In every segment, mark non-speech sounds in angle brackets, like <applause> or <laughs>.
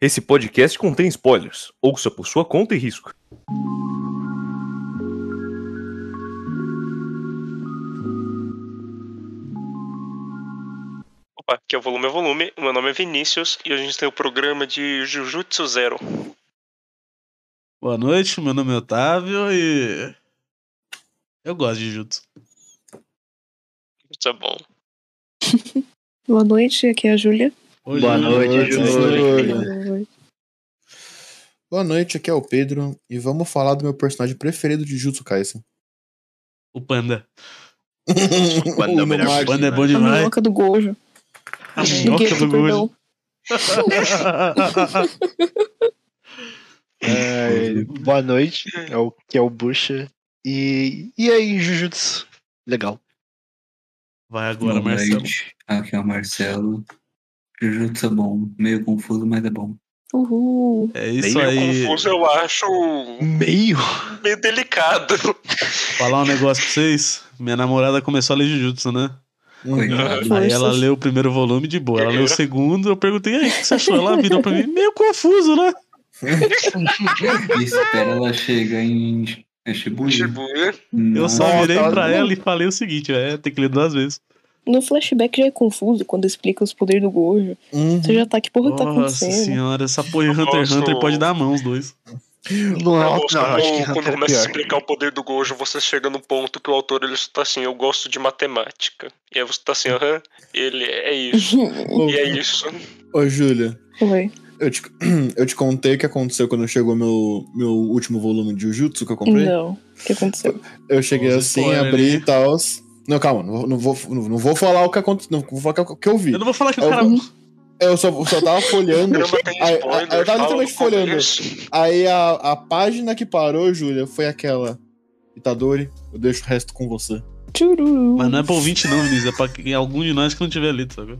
Esse podcast contém spoilers. Ouça por sua conta e risco. Opa, que é o Volume é Volume. O meu nome é Vinícius e hoje a gente tem o programa de Jujutsu Zero. Boa noite, meu nome é Otávio e. Eu gosto de Jutsu. Isso é bom. Boa noite, aqui é a Júlia. Boa noite, Júlio. Boa noite, aqui é o Pedro e vamos falar do meu personagem preferido de Jutsu Kaisen. O Panda. o Quando é o melhor O <laughs> Nomad. Panda é bom A demais. minhoca do Gojo. A minhoca do perdão. Gojo. Tá Tá Ai, boa noite, é o, que é o Bucha. E, e aí, Jujutsu? Legal. <laughs> Vai Boa agora, Marcelo. noite. Aqui é o Marcelo. Jujutsu é bom. Meio confuso, mas é bom. Uhul. É isso Meio aí. Confuso eu acho Meio? meio delicado. Falar um negócio pra vocês. Minha namorada começou a ler Jujutsu, né? <laughs> Um, Coitado. Forças. Aí ela leu o primeiro volume de boa. Ela leu o segundo, eu perguntei, aí, o que você achou? Ela virou pra mim, meio confuso, né? E espera ela chegar em é Shibuya. Shibuya. Eu só Nossa, virei pra não. ela e falei o seguinte, é, tem que ler duas vezes. No flashback já é confuso quando explica os poderes do Gojo. um, Você já tá, que porra tá Nossa acontecendo? senhora, essa porra de Hunter x Nossa, Hunter o- pode dar a mão os dois. Não, eu não, gosto acho que quando, tá quando Hunter é começa a pior. explicar o poder do Gojo, você chega no ponto que o autor ele está assim, eu gosto de matemática. E aí você tá assim, aham, ele é isso. E é isso. Ô, Júlia, Oi. eu te, <clears throat> eu te contei o que aconteceu quando chegou meu, meu último volume de Jujutsu que eu comprei. Não. O que aconteceu? Eu cheguei Vamos assim, spoiler, né? abri hein? e tal. Não, calma, não vou, não, vou, não- não vou falar o que aconteceu, não vou falar o que eu vi. Eu não vou falar que o Eu- cara... Eu só, só <laughs> tava folheando. Caramba, tem Aí- spoiler. aí eu tava fala literalmente do folhando. começo. Aí a, a página que parou, Júlia, foi aquela. Itadori, eu deixo o resto com você. Tchururu. Mas não é pra ouvinte não, Vinícius, é pra quem- algum de nós que não tiver lido, sabe?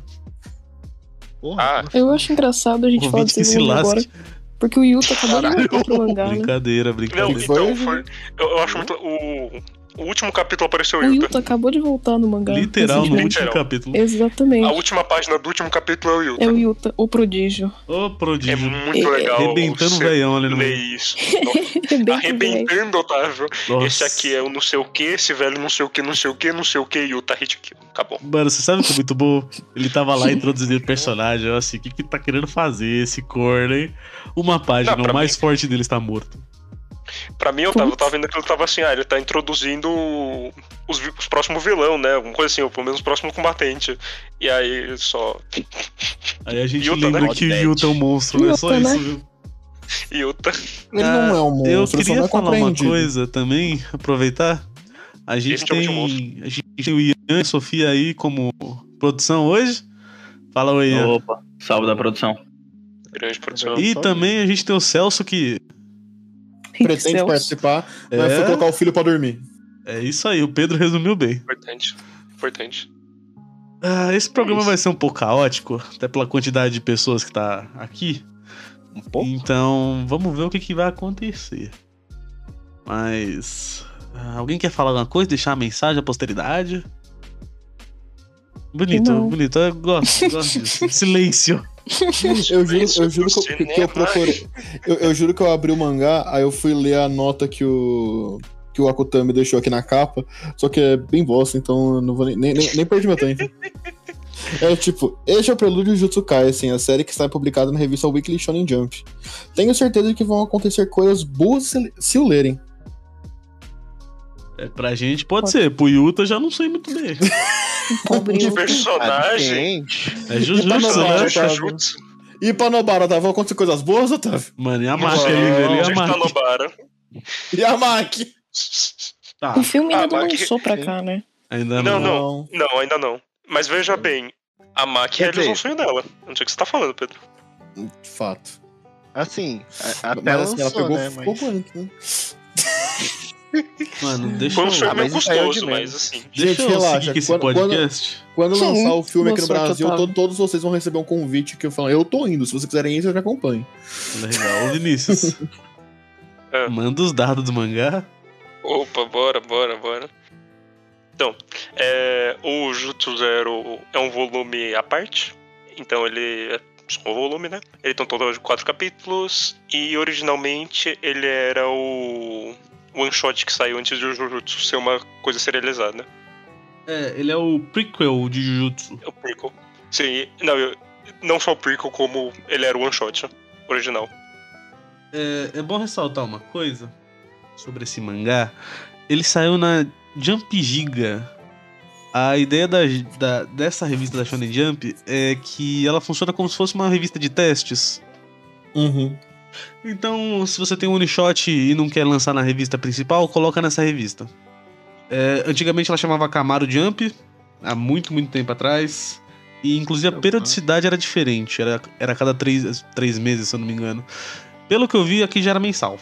Ah, Eu acho engraçado a gente falar Ouvinte que desse se mundo agora. lasque. Porque o Yuta acabou de voltar pro mangá, né? Brincadeira, Não, brincadeira. Foi, então, foi. Júlio? Eu, eu acho muito. O, o último capítulo apareceu O o Yuta. Yuta acabou de voltar no mangá. Literal, no recentemente. último Literal. capítulo. A Exatamente. última página do último capítulo é o Yuta. É o Yuta, <laughs> o prodígio. Ô, É prodígio. muito É- legal. Arrebentando o você veião ali no ler meio. <laughs> isso. Arrebenta, Arrebentando, Otávio. Nossa. Esse aqui é o não sei o que, esse velho não sei o que, não sei o que, não sei o que, e o Tahit Kill. Acabou. Mano, você sabe que é muito bom? Ele tava lá introduzindo o personagem, eu assim, o que que tá querendo fazer esse corno, hein? Uma página, Não, pra o mais forte dele está morto. Pra mim, Otávio, eu tava vendo que ele tava assim, ah, ele tá introduzindo o- os, vi- os próximos vilão, né? Alguma coisa assim, ou pelo menos o próximo combatente. E aí, só. Aí a gente Yuta, lembra né? que o Yuta é um monstro, é só Yuta, né? isso, viu? Yuta. Ele Ah, não é um monstro, Eu ele só não queria é falar uma compreendido. coisa também, aproveitar. A gente Esse tipo de tem. monstro. A gente tem o Ian e a Sofia aí como produção hoje. Fala o Ian. Opa, salve da produção. Grande produção. e só também a gente tem o Celso que. Pretende participar, mas foi É, colocar o filho pra dormir. é isso aí, o Pedro resumiu bem. Importante. Importante. Ah, esse programa É isso. vai ser um pouco caótico, até pela quantidade de pessoas que tá aqui. Um pouco? Então, vamos ver o que, que vai acontecer. Mas. ah, Alguém quer falar alguma coisa? Deixar uma mensagem à posteridade? Bonito, Não. bonito. Eu gosto, gosto disso. <laughs> Silêncio. <laughs> Eu juro, eu juro do que, eu- é que eu cinema. procurei. Eu, eu juro que eu abri o mangá, aí eu fui ler a nota que o. que o Akutami deixou aqui na capa. Só que é bem bosta, então eu não vou nem, nem, nem, nem perdi <laughs> meu tempo. É tipo, este é o prelúdio Jutsu Kaisen, a série que está publicada na revista Weekly Shonen Jump. Tenho certeza de que vão acontecer coisas boas se, se o lerem. É, pra gente pode ser, pro Yuta já não sei muito bem. Pobre Que Yuta. personagem. É Jujutsu, Tá no né? bar. Personagem Jujutsu. E pra Nobara, tá? Vão acontecer coisas boas, Otávio? Mano, e a Nossa, marca ali, velho? E onde a é que tá marca? Nobara? E a Maki? Tá, O filme Ah, ainda não mas que- lançou pra cá, né? ainda Não, não. não. Não, ainda não. Mas veja bem, a Maki Hum. Quer realizou dizer- um sonho dela. Eu Não sei o que você tá falando, Pedro. De fato. Assim, a- até Mas assim, lançou, ela pegou né? pouco Mas... antes, né? Mano, deixa Foi eu. um sonho Ah, meio mas isso aí é de custoso, menos. mas assim. Deixa Gente, eu relaxa, seguir com esse quando- quando- podcast. Quando Sim, lançar o filme aqui no boa sorte, Brasil, Otávio. to- todos vocês vão receber um convite que eu falo, eu tô indo, se vocês quiserem ir, eu já acompanho. Legal, Ô, Vinícius. É. Manda os dados do mangá. Opa, bora, bora, bora. Então, é, o Jutsu Zero é um volume à parte. Então ele é segundo volume, né? Ele tem um total de quatro capítulos e originalmente ele era o one shot que saiu antes do Jujutsu ser uma coisa serializada. É, ele é o prequel de Jujutsu. É o prequel. Sim, não, eu- não só o prequel, como ele era o one shot né? original. É, é bom ressaltar uma coisa sobre esse mangá. Ele saiu na Jump Giga. A ideia da, da- dessa revista da Shonen Jump é que ela funciona como se fosse uma revista de testes. Uhum. Então, se você tem um one-shot e não quer lançar na revista principal, coloca nessa revista. É, antigamente ela chamava Camaro Jump, há muito, muito tempo atrás. E inclusive a Uhum. periodicidade era diferente, era, era a cada três, três meses, se eu não me engano. Pelo que eu vi, aqui já era mensal.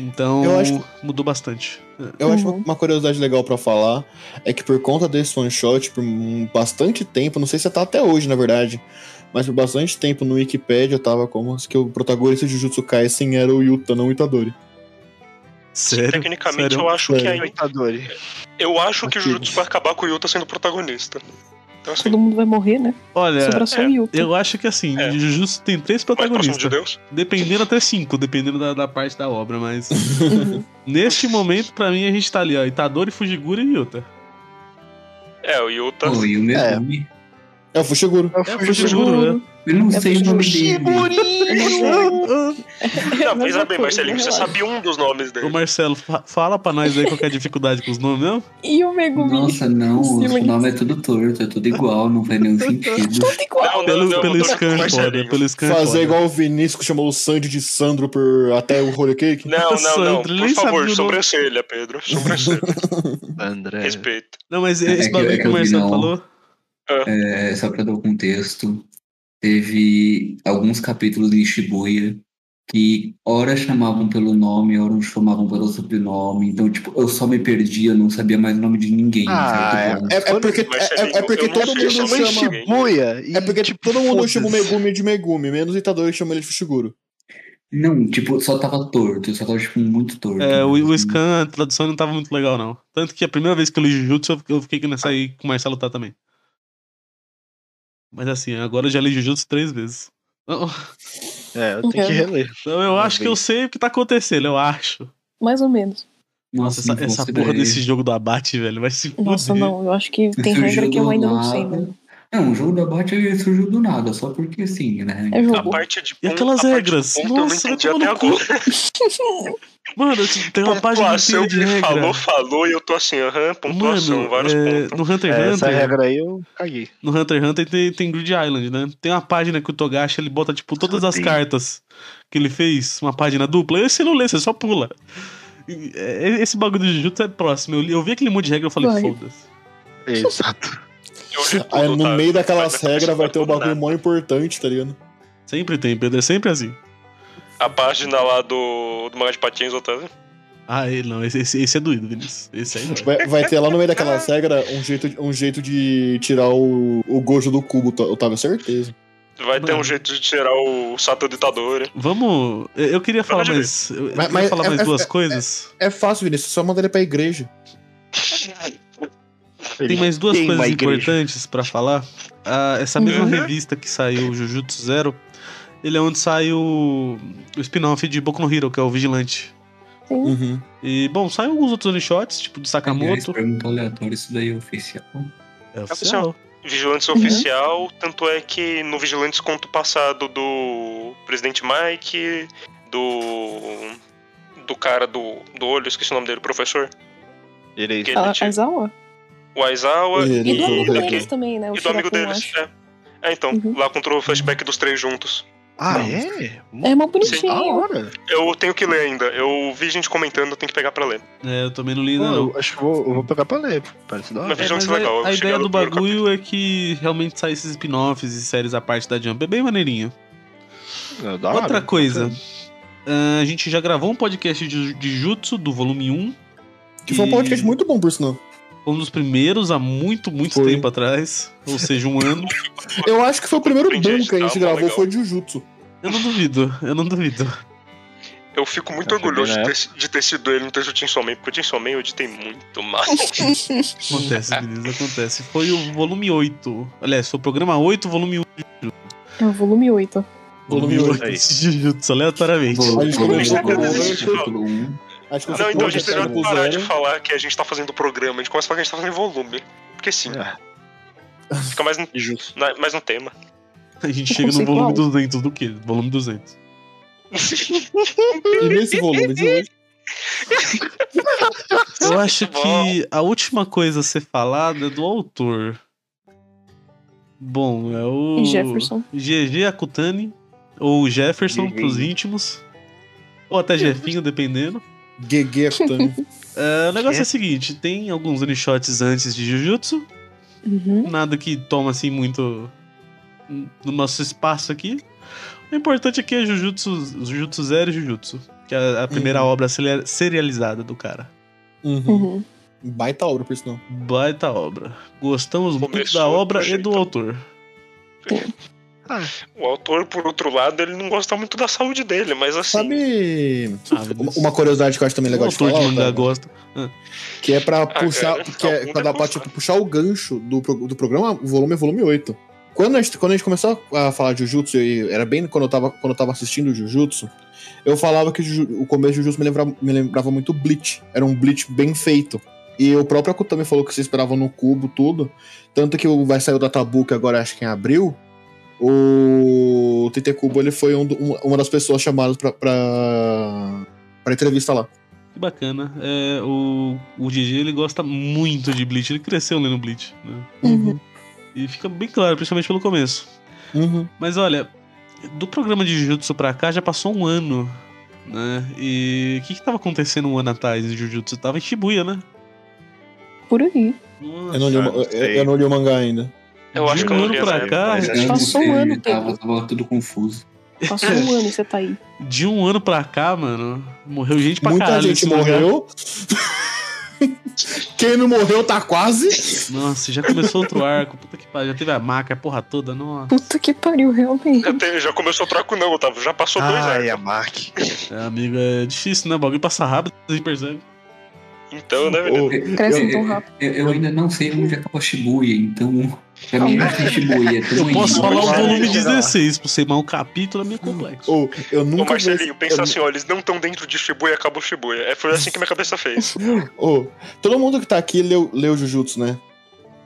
Então, Eu acho mudou bastante. Eu acho Uhum. uma curiosidade legal pra falar é que por conta desse one shot, por um- bastante tempo, não sei se tá até hoje, na verdade, mas por bastante tempo no Wikipedia tava como se que o protagonista de Jujutsu Kaisen era o Yuta, não o Itadori. Sério? Tecnicamente Sério? eu acho que Sério. ainda. Itadori. Eu acho que o Ok. Jujutsu vai acabar com o Yuta sendo protagonista. Então assim, Todo mundo vai morrer, né? Olha, Sobra só é, o Yuta. <laughs> eu acho que assim, É. Jujutsu tem mais três próximo de protagonistas. Deus. Dependendo até cinco, dependendo da, da parte da obra, <laughs> mas. Uhum. Neste momento, pra mim, a gente tá ali, ó. Itadori, Fujigura e Yuta. É, o Yuta. Pô, e Tá. o Megumi. É o Fushiguro. Eu É, Fujigura. né? Eu não É sei o nome dele. é Não, veja Mesma bem, coisa, Marcelinho, você relaxa. sabia um dos nomes Ô, dele. Marcelo, fa- fala pra nós aí qual que é a dificuldade com os nomes, não? E o Megumi. Nossa, não, Sim, o mas- nome é tudo torto, é tudo igual, não faz nenhum sentido. Tudo igual. Não, Pelo, não, pelo eu tô com o scan foda, Marcelinho. pelo scan Fazer foda. igual o Vinícius que chamou o Sandy de Sandro por até o Holy Cake. Não, não, não. Sandro, Por favor, nem sabia o nome. É. sobrancelha, <laughs> Pedro. Sobrancelha. André. Respeito. Não, mas É esse que- bagulho é que que o eu vi, Marcelo não. falou. É, só pra dar o contexto, teve alguns capítulos de Shibuya que ora chamavam pelo nome, ora chamavam pelo sobrenome. Então, tipo, eu só me perdi, eu não sabia mais o nome de ninguém. Ah, sabe? Tipo, é- É, é porque, é, é porque Eu não todo sei mundo se eu Chama em manjo. chama. Shibuya. e, É porque tipo, todo mundo foda-se. chama o Megumi de Megumi, menos o Itadori chama ele de Fushiguro. Não, tipo, só tava torto, só tava, tipo, muito torto. É, o, mesmo. o scan, a tradução não tava muito legal, não. Tanto que a primeira vez que eu li Jujutsu, eu fiquei- eu fiquei que nessa aí com o Marcelo tá também. Mas assim, agora eu já li Jujutsu três vezes. Então, É, eu tenho que reler. então eu Uma acho que eu vez. sei o que tá acontecendo, eu acho. Mais ou menos. Nossa, Nossa, essa, não essa faço porra ideia. desse jogo do abate, velho, vai se fuder. Uhum. Nossa, não. Eu acho que tem regra que eu ainda não sei, né? mano. Não, o jogo da Bot ele surgiu do nada, só porque sim, né? É A jogo. <laughs> parte de E ponto- aquelas a parte regras? de ponto eu não Nossa, vai entendi tomar até no cu. agora. Mano, assim, tem uma página Pontuação inteira de que ele regra. falou, falou e eu tô assim, aham, pontuação, Mano, vários é, pontos. no Hunter É, x essa Hunter, regra aí eu caguei. no Hunter x Hunter tem, tem Grid Island, né? Tem uma página que o Togashi ele bota tipo todas as Odeio. cartas que ele fez, uma página dupla. E você não lê, você só pula. E, é, Esse bagulho de Jujutsu é próximo. Eu, li- eu vi aquele monte de regra e eu falei, Vai. foda-se. Exato. Eu li tudo, Aí no Otávio, meio daquelas mas na regras vai ter o tudo né? bagulho mó importante, tá ligado? Sempre tem, Pedro, é sempre assim. nada. A página lá do, do Magá de Patins, Otávio. Ah, ele- não, esse, esse, esse é doído, Vinícius. Esse aí não. Vai, vai ter lá no meio <laughs> daquela regra um jeito, de- um jeito de tirar o, o Gojo do cubo, tá- eu tava certeza. Vai ter um Mano. jeito de tirar o Sato Ditador. Vamos. Eu eu queria falar Vamos mais. Eu, eu Mas- queria mas falar é- mais é- duas é- coisas. É fácil, Vinícius, só manda ele pra igreja. Tem mais duas Tem uma coisas igreja. importantes pra falar. Ah, essa mesma Uhum. revista que saiu o Jujutsu Zero, ele é onde saiu o o spin-off de Boku no Hero, que é o Vigilante. Sim. Uhum. E, bom, saem alguns outros one-shots, tipo de é Aliás, Sakamoto. pergunta aleatória, isso daí é oficial. É oficial. Vigilantes Uhum. Oficial, tanto é que no Vigilantes conta o passado do Presidente Mike, do. do cara do, do olho, esqueci o nome dele, professor, Direito. Que- A, a Aizawa? o Aizawa, Ele, Ah, E do ele, amigo ele. deles também, né? O e do amigo Shirokuma, deles. acho. É. É, então, Uhum. lá controla o flashback dos três juntos. Ah, é? É mó Da bonitinho. hora. Eu tenho que ler ainda, eu vi gente comentando, eu tenho que pegar pra ler. É, eu também não li Pô, ainda, não. eu acho que eu vou, eu vou pegar pra ler. Parece da Mas hora. veja mas isso é legal, eu a, a cheguei ideia no do primeiro bagulho é que realmente sai esses spin-offs e séries à parte da Jump. É bem maneirinho. É, da Outra hora. coisa. ah, a gente já gravou um podcast de, de Jutsu, do volume 1. Que foi um e podcast muito bom, por sinal. Foi um dos primeiros há muito, muito Foi. tempo atrás. Ou seja, um ano. Eu acho que foi o primeiro bom Entendi, que a gente tá, gravou, legal. foi Jujutsu. Eu não duvido, eu não duvido. Eu fico muito Eu cheguei orgulhoso de na ter, de ter sido ele, não ter sido o Chainsaw Man, porque o Chainsaw Man eu editei muito mal. <laughs> <laughs> um. Acontece, meninos, acontece. Foi o volume 8. Aliás, foi o programa 8, volume 1. É o volume 8. Volume oito. é Jujutsu, aleatoriamente. Vou- é A gente vou- é começou vou- com vou- é o- capítulo um. Acho que tá Não, então a gente começou já com parar de zero. falar que a gente tá fazendo programa. A gente começa a falar que a gente tá fazendo volume. Porque sim. Fica mais no, Justo. na- mais no tema. A gente chega no Sei volume qual. 200 do quê? Volume 200. E nesse volume de hoje, Eu acho Bom. que a última coisa a ser falada é do autor. Bom, é Hum. o. Jefferson. GG Akutani. Ou Jefferson, GG. pros íntimos. Ou até Jefinho, dependendo. GG <laughs> Akutami. É, o negócio é o seguinte: tem alguns one-shots antes de Jujutsu. Uhum. Nada que toma assim muito no nosso espaço aqui. O importante aqui é Jujutsu, Jujutsu Zero e Jujutsu, que é a primeira obra seria- serializada do cara. Uhum. Uhum. Baita obra, por isso não. Baita obra. Gostamos muito Começou da do obra e jeito. do autor. O autor, por outro lado, ele não gosta muito da saúde dele, mas assim. Ah, Sabe uma- uma curiosidade que eu acho também legal o de autor falar? de mangá Otávio? gosta. Que é pra Ah, cara, puxar. que é algum pra dar tem pra, que tipo, puxar o gancho do, pro- do programa, o volume é volume 8. Quando a, gente, quando a gente começou a falar de Jujutsu, e era bem quando eu tava, quando eu tava assistindo Jujutsu, eu falava que Juju- o começo de Jujutsu me lembrava, me lembrava muito Bleach. Era um Bleach bem feito. E o próprio Akutami falou que se esperava no cubo, tudo. Tanto que o- vai sair o Databook agora, acho que em abril. O TT Cubo ele foi um do- um- uma das pessoas chamadas pra, pra, pra entrevista lá. Que bacana. É, o, o Gigi ele gosta muito de Bleach. Ele cresceu lendo Bleach. né? Uhum. E fica bem claro, principalmente pelo começo. Uhum. Mas olha, do programa de Jujutsu pra cá já passou um ano, né? E o que, que tava acontecendo um ano atrás de Jujutsu? Tava em Shibuya, né? Por aí. Eu não li o ma- não eu- sei. eu não li o mangá ainda. Eu acho de que um eu não ano li pra essa cá, Mas época. eu não passou um sei, ano, Tava, tava tudo confuso. Passou um <laughs> ano e você tá aí. é. De um ano pra cá, mano, morreu gente pra Muita caralho. gente nesse lugar. morreu. Quem não morreu tá quase. <laughs> Nossa, já começou outro arco. Puta que pariu. Já teve a maca, a porra toda. Nossa. Puta que pariu, realmente. Já, tem- né? já começou o troco, não, Otávio. Já passou dois Ai, anos. a Mark. É, amigo, é difícil, né? O bagulho passa rápido, a gente percebe. Então, né, menino? Ô, Cresce Eu- tão rápido. Eu, eu ainda não sei onde acaba Shibuya, então. Pra mim não tem Shibuya. é tão Eu posso ainda. falar um o vai, volume vai. 16, pra você, mas um capítulo é meio complexo. ô, eu Ô, nunca vi. Marcelinho, pensa eu- assim, ó, eles não estão dentro de Shibuya, acabou Shibuya. É, foi assim que minha cabeça fez. ô, todo mundo que tá aqui leu, leu Jujutsu, né?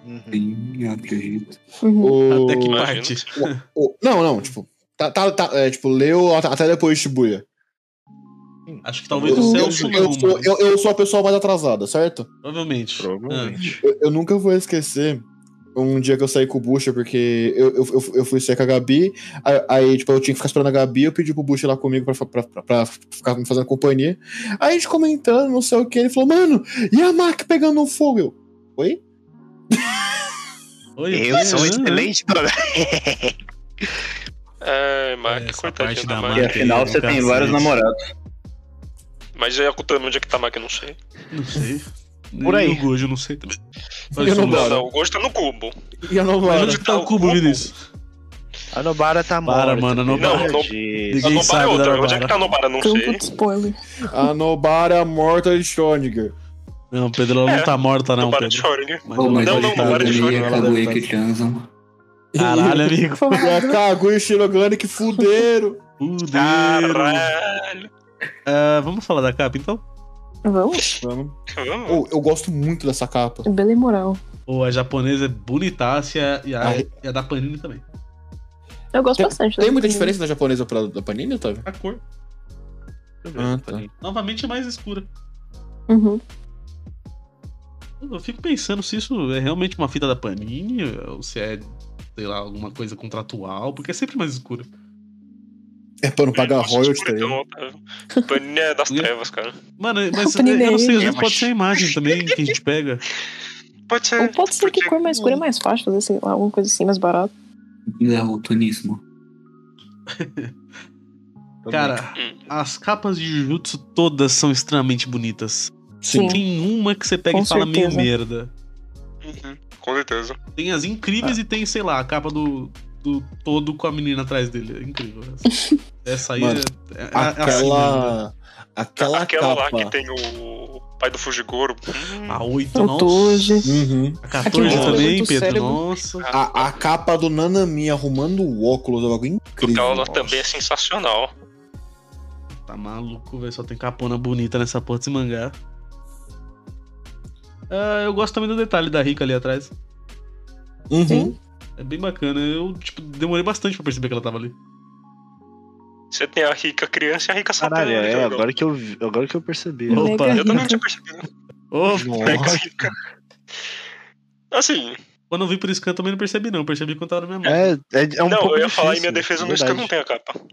Uhum. Sim, eu acredito. Uhum. Ô, Tá Até que Imagino. parte. ô, não, não, tipo, tá, tá, tá, é, tipo, leu at- até depois de Shibuya. Acho que talvez o Eu- Celso eu, não, sou, mas eu, eu sou a pessoa mais atrasada, certo? provavelmente. Ah. Provavelmente. Eu, eu nunca vou esquecer um dia que eu saí com o Bucha, porque eu, eu, eu, eu fui sair com a Gabi, aí, aí, tipo, eu tinha que ficar esperando a Gabi, eu pedi pro Bucha ir lá comigo pra, fa- pra, pra, pra ficar me fazendo companhia. Aí a gente comentando, não sei o que, ele falou, mano, e a Mac pegando no fogo? Eu, oi? Ah, oi, Eu sou ah, excelente, dona. É, Mac, Essa coitadinha parte da da Mac. E Mac. afinal você tem Cacete. vários namorados. Mas é a Kutami, onde é que tá a Mac? Eu não sei. Não sei. Por aí. E o Gojo, não sei também. Mas Eu não o- Não, Bora. não, o Gojo tá no cubo. E a Mas Novara? onde que tá o cubo, Vinícius? A Nobara tá morta. Para, mano, a Nobara- Não, no- Diz. A Ninguém Nobara é sabe outra. da Onde é que tá Nobara. a Nobara? Não Campo sei. de spoiler. A Nobara morta de Schrödinger. Não, Pedro, ela É. não tá morta, não, Nobara de Pedro. Schrödinger. Mas Bom, ela mas não, não, tá não, para de Shibuya e chorar. a Kaguya que transam. Caralho, amigo. E a Kaguya Shirogane, que fudeiro. Fudeiro. Caralho. Ah, vamos falar da capa, então? Vamos? Mano. Vamos. Ô, eu gosto muito dessa capa. Bela e moral. Pô, a japonesa é bonitaça e a, e a- Ai. e a da Panini também. Eu gosto Tem- bastante. Tem dessa muita menina. diferença da japonesa pra da Panini, Otávio? A cor, Ah, tá. novamente, é mais escura. Uhum. Eu fico pensando se isso é realmente uma fita da Panini ou se é, sei lá, alguma coisa contratual, porque é sempre mais escura. É pra não pagar Nossa, royalties, tá ligado? escuridão, Otávio. Panini é das Hum. trevas, cara. <laughs> Mano, mas Panini eu não sei, às é, vezes mas- pode ser a imagem também que a gente pega. Pode ser. Ou pode ser que É, porque- cor mais escura é mais fácil fazer, sei lá, alguma coisa assim mais barata. Daltonismo. Cara, Hum. as capas de Jujutsu todas são extremamente bonitas. Sim. Tem uma que você pega Com e fala meio certeza. merda. Uhum, Com certeza. Tem as incríveis e tem, sei lá, a capa do, do todo com a menina atrás dele. É <laughs> incrível. essa. Essa aí Mano, é, é, é assim mesmo, né? Tá Aquela. Aquela, Aquela lá capa. que tem o. pai do Fujigoro. Hum, A 8, O nossa. 12. Uhum. A 14 Aquele também, do Pedro. cérebro. Nossa. A, a capa do Nanami arrumando o óculos é um bagulho o incrível. Galar nossa. também é sensacional. Tá maluco, velho. Só tem capona bonita nessa porra desse mangá. Ah, eu gosto também do detalhe da Rika ali atrás. Uhum. Sim. É bem bacana. Eu, tipo, demorei bastante pra perceber que ela tava ali. Você tem a rica criança e a rica sapatão. Caralho, é, agora que eu, vi- agora que eu percebi. Opa. Mega Eu também rica. tinha percebido. Ô, Mega Nossa. rica. Assim, quando eu vi por scan também não percebi, não. Eu percebi quando tava na minha mão. É, é, é um não, pouco eu ia falar em difícil, minha defesa é no Scan não verdade. tem a capa.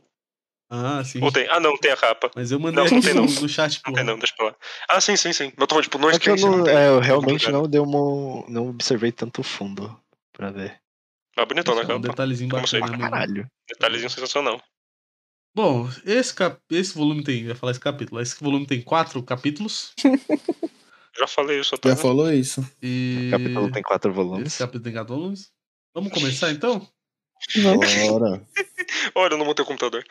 Ah, sim. Ou tem? Ah, não, tem a capa. Mas eu mandei Não, aqui não tem não. no chat, Não tem porra. não, deixa pra lá. Ah, sim, sim, sim. Eu tô falando, tipo, no É que eu Scan você não, não tem. é, eu realmente Obrigado. não dei uma, não observei tanto fundo pra ver. Ah, bonitona a É um capa. detalhezinho Como bacana. sempre. mesmo. Caralho. Detalhezinho sensacional. Bom, esse, cap... esse volume tem. Eu ia falar esse capítulo. Esse volume tem quatro capítulos. Já falei isso, tá? Já falou isso. E. É, Capítulo tem quatro volumes. Esse é capítulo tem quatro volumes. Vamos começar então? Vamos. <laughs> Bora. Olha, eu não montei o computador.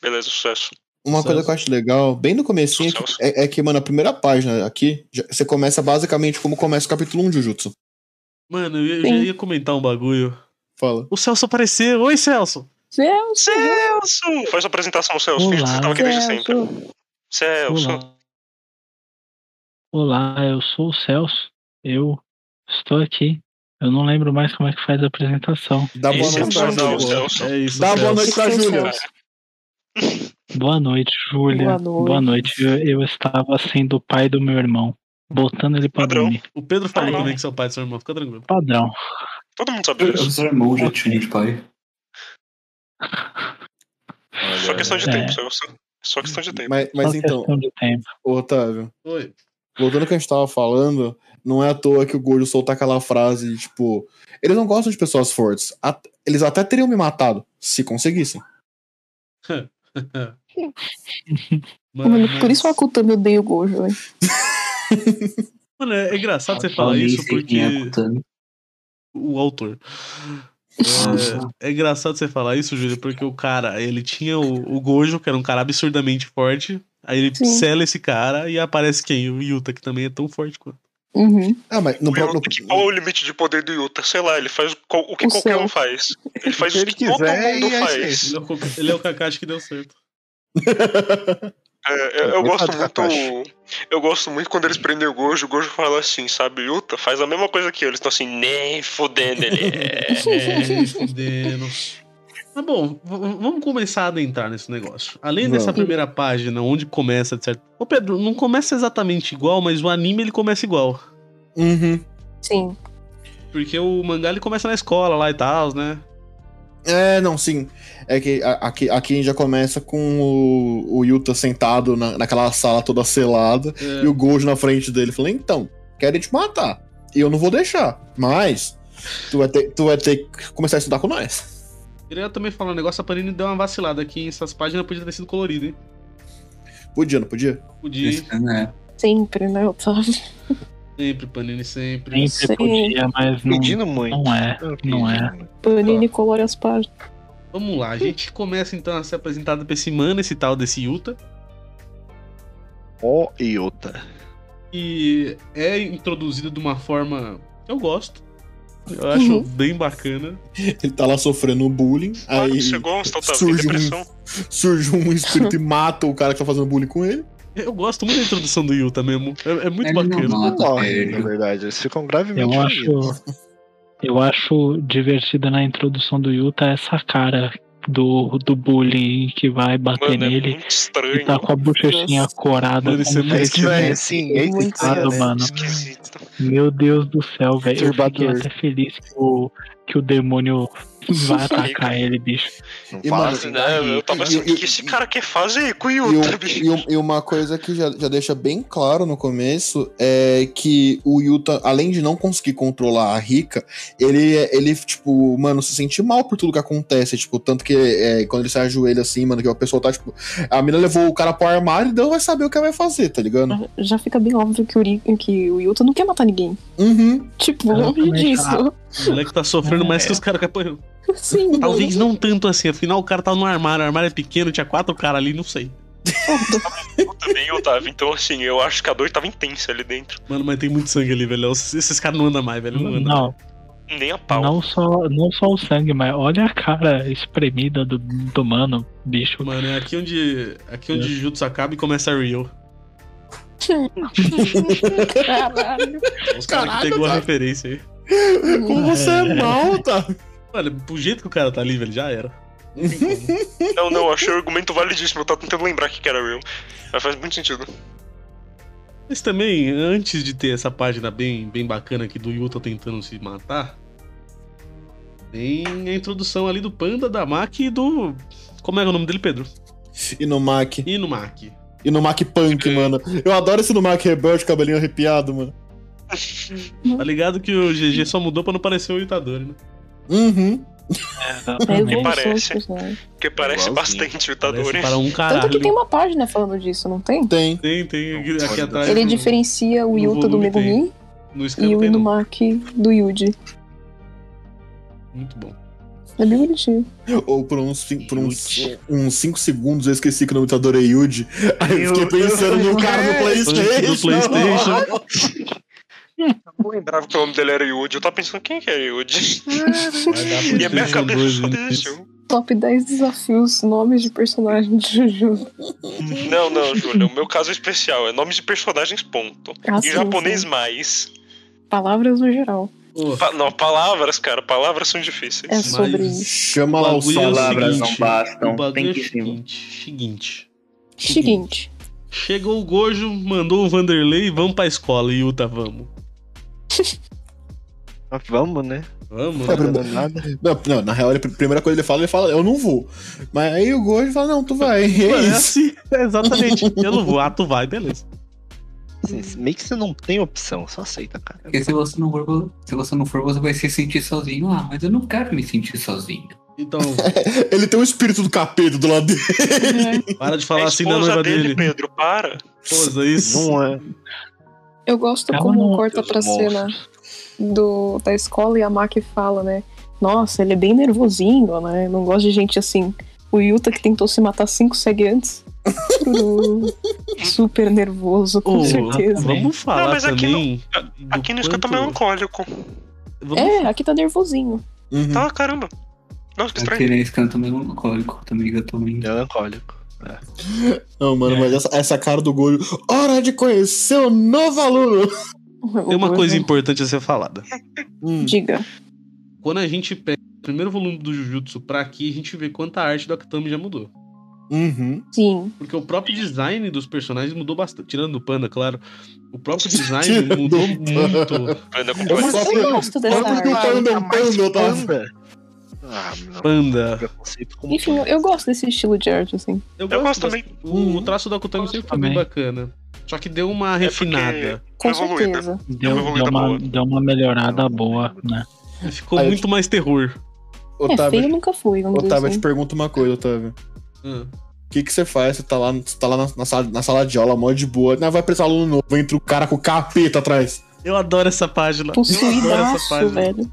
Beleza, sucesso. Uma coisa que eu acho legal, bem no comecinho, é que- Sucesso. é, é que, mano, a primeira página aqui, já- você começa basicamente como começa o capítulo 1 de Jujutsu. Mano, eu, eu Sim. já ia comentar um bagulho. Fala. O Celso apareceu. Oi, Celso. Céu, Celso! Faz a apresentação, Celso. Finge que Você Olá. tava aqui desde sempre. céu. Celso. Olá. Olá, eu sou o Celso. Eu estou aqui. Eu não lembro mais como é que faz a apresentação. Dá boa Esse é noite pra sensacional, Júlia. Celso. É isso. Dá boa Celso. noite pra Sim, Júlia. É, Celso. Boa noite, Júlia. Boa noite. noite. Eu, eu estava sendo o pai do meu irmão, botando ele para Padrão. dormir. O Pedro falou Ah, não. também que seu pai e seu irmão. Fica tranquilo. Padrão. Todo mundo sabe O disso. seu irmão já tinha de pai. Só questão de É. tempo, Celso. Só questão de tempo. Mas, mas Só então, questão de tempo. ô, Otávio, Oi. voltando ao que a gente tava falando, não é à toa que o Gojo solta aquela frase, tipo, eles não gostam de pessoas fortes. At- eles até teriam me matado, se conseguissem. Mano, Mano, por isso o Akutami odeia o Gojo, né? velho. Mano, é é engraçado você Eu falar nem isso sei quem é porque. Kutami. O autor. Nossa. É, é engraçado você falar isso, Júlio, porque o cara, ele tinha o, o Gojo, que era um cara absurdamente forte. Aí ele Sim. sela esse cara e aparece quem? O Yuta, que também é tão forte quanto. Uhum. Ah, mas no, O Yuta, no, que- Qual é o limite de poder do Yuta? Sei lá, ele faz co- o que O qualquer céu. um faz. Ele faz <laughs> Se o ele que todo quiser, mundo e é isso aí. faz. Ele é o, co- ele é o Kakashi que deu certo. É, eu, eu Eu gosto gosto muito. da Eu gosto muito quando eles prendem o Gojo, o Gojo fala assim, sabe, Yuta, faz a mesma coisa que eu. Eles estão assim, nem fudendo ele. é." É, fudendo. Tá bom, v- v- vamos começar a adentrar nesse negócio. Além dessa Vamos. primeira página, onde começa, certo? Ô Pedro, não começa exatamente igual, mas o anime ele começa igual. Uhum. Sim. Porque o mangá ele começa na escola lá e tal, né? É, não, sim. É que a- aqui, aqui a gente já começa com o, o Yuta sentado na- naquela sala toda selada É. e o Gojo na frente dele falando: então, querem te matar. E eu não vou deixar. Mas tu vai ter, tu vai ter que começar a estudar com nós. Queria também falar um negócio, a Panini deu uma vacilada aqui, essas páginas podiam ter sido coloridas, hein? Podia, não podia? <laughs> Podia, hein? Esse ano é. Sempre, né, <laughs> Otávio? sempre, Panini, sempre. Sempre Sim. podia, mas não. Pedindo muito. não é, não é. Panini colore as páginas. Vamos lá, a gente começa então a ser apresentado pra esse mano, esse tal desse Yuta. Ó, é. Iota. E é introduzido de uma forma que eu gosto. Eu acho Uhum. bem bacana. Ele tá lá sofrendo um bullying, Claro que aí você gosta, tá? Tem surge um- depressão. surge um espírito e mata o cara que tá fazendo bullying com ele. Eu gosto muito da introdução do Yuta mesmo. É, é muito Ele não bacana. mata, Não morre, velho. na verdade. Eles ficam gravemente Eu feridos. acho, eu acho divertida na introdução do Yuta essa cara do, do bullying que vai bater Mano, é nele muito e estranho. tá com a bochechinha corada. Mano, isso é como muito se Esse tivesse- é assim, é Muito esquisado, errado, mano. Esquisito. tá Meu Deus do céu, velho. Eu fiquei Perturbador. até feliz que o, que o demônio <laughs> vai atacar ele, bicho. Não E, fala mano, assim, Né, eu tava assim, E- o que e- que esse cara quer fazer com o E, um- Yuta, bicho? e um- e uma coisa que já, já deixa bem claro no começo é que o Yuta, além de não conseguir controlar a Rika, ele, ele tipo, mano, se sente mal por tudo que acontece. Tipo, tanto que é, quando ele se ajoelha assim, mano, que o pessoal tá, tipo, a mina levou o cara pro armário e não vai saber o que vai fazer, tá ligado? Já- Já fica bem óbvio que o, Ri- que o Yuta não quer matar ninguém. Uhum. Tipo, longe Exatamente. disso. O moleque tá sofrendo mais que os caras que apanhou. <laughs> Sim, é Talvez não tanto assim, afinal o cara tá no armário, o armário é pequeno, tinha quatro caras ali, não sei. <laughs> Eu também, Otávio. Então, assim, eu acho que a dor tava intensa ali dentro. Mano, mas tem muito sangue ali, velho. Os- Esses caras não andam mais, velho. Não andam. Não, Nem a pau. não só, não só o sangue, mas olha a cara espremida do, do mano, bicho. Mano, é aqui onde. Aqui onde É. Jutsu acaba e começa a Real. Caralho. Os caras que Caralho, pegou a cara. referência aí. Como você é mal, tá? Mano, pro jeito que o cara tá ali, velho, já era. Não tem como. Não, não, achei o argumento validíssimo. Eu tava tentando lembrar o que que era real. Mas faz muito sentido. Mas também, antes de ter essa página bem, bem bacana aqui do Yuta tentando se matar, tem a introdução ali do Panda, da Maki e do. Como era o nome dele, <laughs> Pedro? Inomaki. Inumaki. Inomaki Punk, mano. Eu adoro esse Inomaki rebelde, cabelinho arrepiado, mano. Tá ligado que o GG só mudou pra não parecer o Itadori, né? Uhum. É Exatamente. evolução dos parece. personagens. Porque parece Igualzinho. bastante o Itadori. Parece para um né? Tanto que caralho. tem uma página falando disso, não tem? Tem. Tem, tem aqui- aqui atrás. Ele no- diferencia o no Yuta do volume tem. Megumi No e escano o tem não. Inumaki do Yuji. Muito bom. É bem bonitinho. Ou por uns 5 por uns, uns cinco segundos eu esqueci que o nome do é Yuji. Aí eu fiquei pensando no cara do Playstation. Do PlayStation. um- Eu não lembrava que o nome dele era Yuji. Eu tava pensando quem que era <laughs> Yuji. Vai dar E a minha PlayStation cabeça 2 só ainda. deixou. <laughs> Top 10 desafios, nomes de personagem de Jujutsu. Não, não, Júlia. O meu caso é especial. É nomes de personagens, ponto. Ah, Em sim, japonês, sim. mais. Palavras no geral. Ô, Pa- não, palavras, cara. Palavras são difíceis. É sobre isso. Chama lá o bagulho é o Salabra. Palavras não seguinte, bastam, Então, o bagulho tem é o que um. sim. seguinte, seguinte. <laughs> Seguinte. Chegou o Gojo, mandou o Vanderlei, vamos pra escola, Yuta, vamos. Mas vamos, né? Vamos, Tá né? Não dá bom. nada. Não, não, na real, ele- a primeira coisa que ele fala, ele fala, eu não vou. Mas aí o Gojo fala, não, tu vai. <laughs> E é Mano, é isso. assim, é exatamente. Eu não vou, ah, tu vai, beleza. Assim, meio que você não tem opção, só aceita, cara. Porque se você, não for, se você não for, você vai se sentir sozinho. Ah, mas eu não quero me sentir sozinho. Então, Ele tem o espírito do capeta do lado dele. É. para de É a falar assim da esposa noiva dele, dele. Pedro, para. Esposa, isso. Não é. Eu gosto Ela como não- corta Deus, pra monstro. cena do, da escola e a Maki fala, né? Nossa, ele é bem nervosinho, né? Não gosta de gente assim. O Yuta que tentou se matar cinco <laughs> segue antes. Hum, Super nervoso, com Ô, certeza. vamos falar Não, mas aqui também. Aqui no é escuta é um melancólico. Vamos... É, aqui tá nervosinho. Uhum. Tá, caramba. Nossa, que estranho. Aqui nesse canto melancólico também que eu tô meio- Melancólico. É. Não, mano, É. mas essa, essa cara do Gojo. Hora de conhecer o novo aluno! Tem uma coisa importante a ser falada. Diga. Quando a gente pega o primeiro volume do Jujutsu pra aqui, a gente vê quanta arte do Akutami já mudou. Uhum. Sim. Porque o próprio design dos personagens mudou bastante. Tirando o Panda, claro. O próprio design mudou Tirando o muito. Anda com Eu Mas só eu tá pra- gosto só dessa porque o arte. panda é um panda, eu tava. Ah, não. Panda. Preconceito como Enfim, eu gosto desse estilo de arte, assim. Eu gosto gosto, também. bastante. O, o traço da Akutami Gosto sempre foi bem também. bacana. Só que deu uma É porque- refinada. Com Evoluída. certeza. Deu, Uma deu, evoluída boa. uma, deu uma melhorada boa, né? Ficou Aí eu- muito mais terror. É, Otávio, feio nunca fui, vamos dizer Otávio, eu tá assim. te pergunto uma coisa, Otávio. O que, que você faz? Você tá lá, você tá lá na, na sala, na sala de aula, mó de boa. Não, vai precisar aluno novo, entra o cara com o capeta atrás. <laughs> Eu adoro essa página. eu adoro essa Possuídaço, página. velho.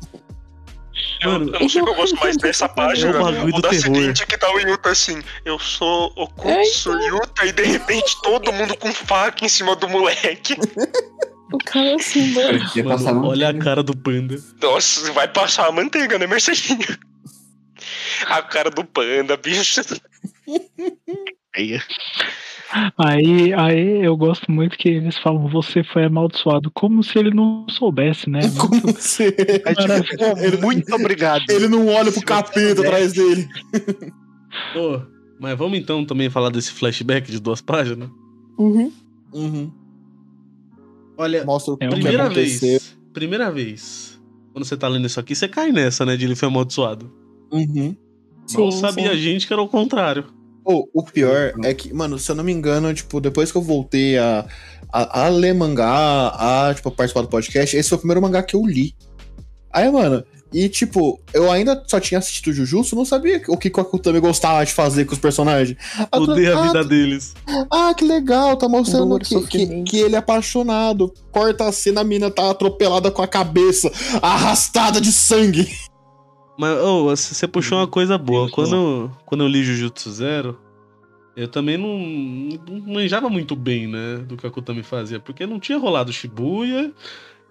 Eu, eu não sei o que eu gosto mais dessa página. É o bagulho O do da terror. seguinte que tá o Yuta assim, eu sou o É, Kutsu Yuta, e de repente todo mundo com faca em cima do moleque. O cara assim, mano. Eu ia Mano, passar mal. olha a cara do panda. Nossa, vai passar a manteiga, né, Mercedinho? A cara do panda, bicho. feia. Aí, aí eu gosto muito que eles falam, você foi amaldiçoado, como se ele não soubesse, <laughs> né? Como você. Aí, tipo, Ele- muito obrigado. Ele não olha pro Se capeta você atrás dele. Ô, mas vamos então também falar desse flashback de duas páginas? Uhum. Uhum. Olha, Mostra o que É, primeira aconteceu. vez. Primeira vez. Quando você tá lendo isso aqui, você cai nessa, né? De ele foi amaldiçoado. Uhum. Não Sim, sabia a sim. gente que era o contrário. Pô, o pior é que, mano, se eu não me engano, tipo, depois que eu voltei a, a, a ler mangá, a, tipo, participar do podcast, esse foi o primeiro mangá que eu li. Aí, mano, e tipo, eu ainda só tinha assistido Jujutsu, não sabia o que o Akutami gostava de fazer com os personagens. Ah, tu- Odeio a ah, vida deles. Ah, que legal, tá mostrando Dor, que, que, sofrimento. que ele é apaixonado. Corta a cena, a mina tá atropelada com a cabeça, arrastada de sangue. Hum, Mas, ô, você puxou uma coisa boa. Quando, quando eu li Jujutsu Zero, Eu também não, não manjava muito bem, né, do que a Kutami fazia, porque não tinha rolado Shibuya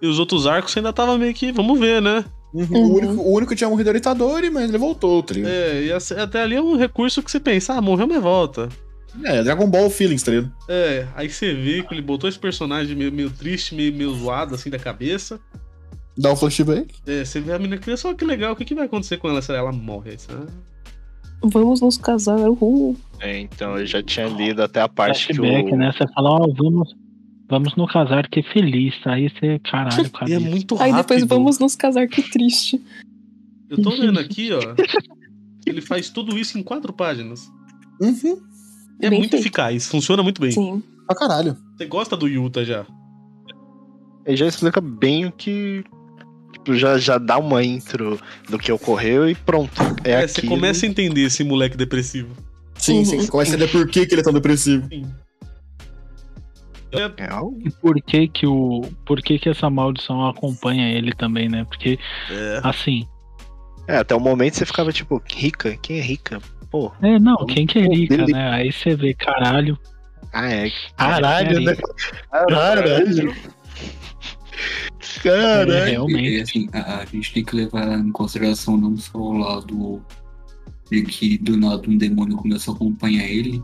e os outros arcos ainda tava meio que, vamos ver, né? Uhum. O, único, o único que tinha morrido era o Itadori, mas ele voltou, tá ligado? É, e assim, até ali é um recurso que você pensa, ah, morreu, mas volta. É, Dragon Ball Feelings, tá ligado? É, aí você vê que ele botou esse personagem meio, meio triste, meio, meio zoado, assim, da cabeça. Dá um flashback. É, você vê a menina criança, olha que legal, o que, que vai acontecer com ela? Será que ela morre? Aí você, ah, Vamos nos casar, uhul. É, então eu já tinha lido até a parte que Flashback, o. né? Você fala, ó, vamos, vamos no casar, que feliz. Aí você, caralho, cara. E é muito Aí rápido. depois vamos nos casar, que triste. Eu tô vendo <laughs> aqui, ó. Ele faz tudo isso em quatro páginas. Uhum. E é Bem muito feito. eficaz, funciona muito bem. Sim. Pra caralho. Você gosta do Yuta já. Ele já explica bem o que. Tipo, já, já dá uma intro do que ocorreu e pronto. É, É, aqui. você começa a entender esse moleque depressivo. Sim, Uhum. sim. Começa a entender por que, que ele é tão depressivo. É. É E por que que o. Por que que essa maldição acompanha ele também, né? Porque, É. assim. É, até o momento você ficava tipo, rica? Quem é rica? Pô, É, não, quem que é rica, Dele- né? Aí você vê, caralho. ah, é. Caralho, né? Caralho. É, Caralho. realmente. E, assim, a, a gente tem que levar em consideração não só o lado de que do nada um demônio começou a acompanhar ele,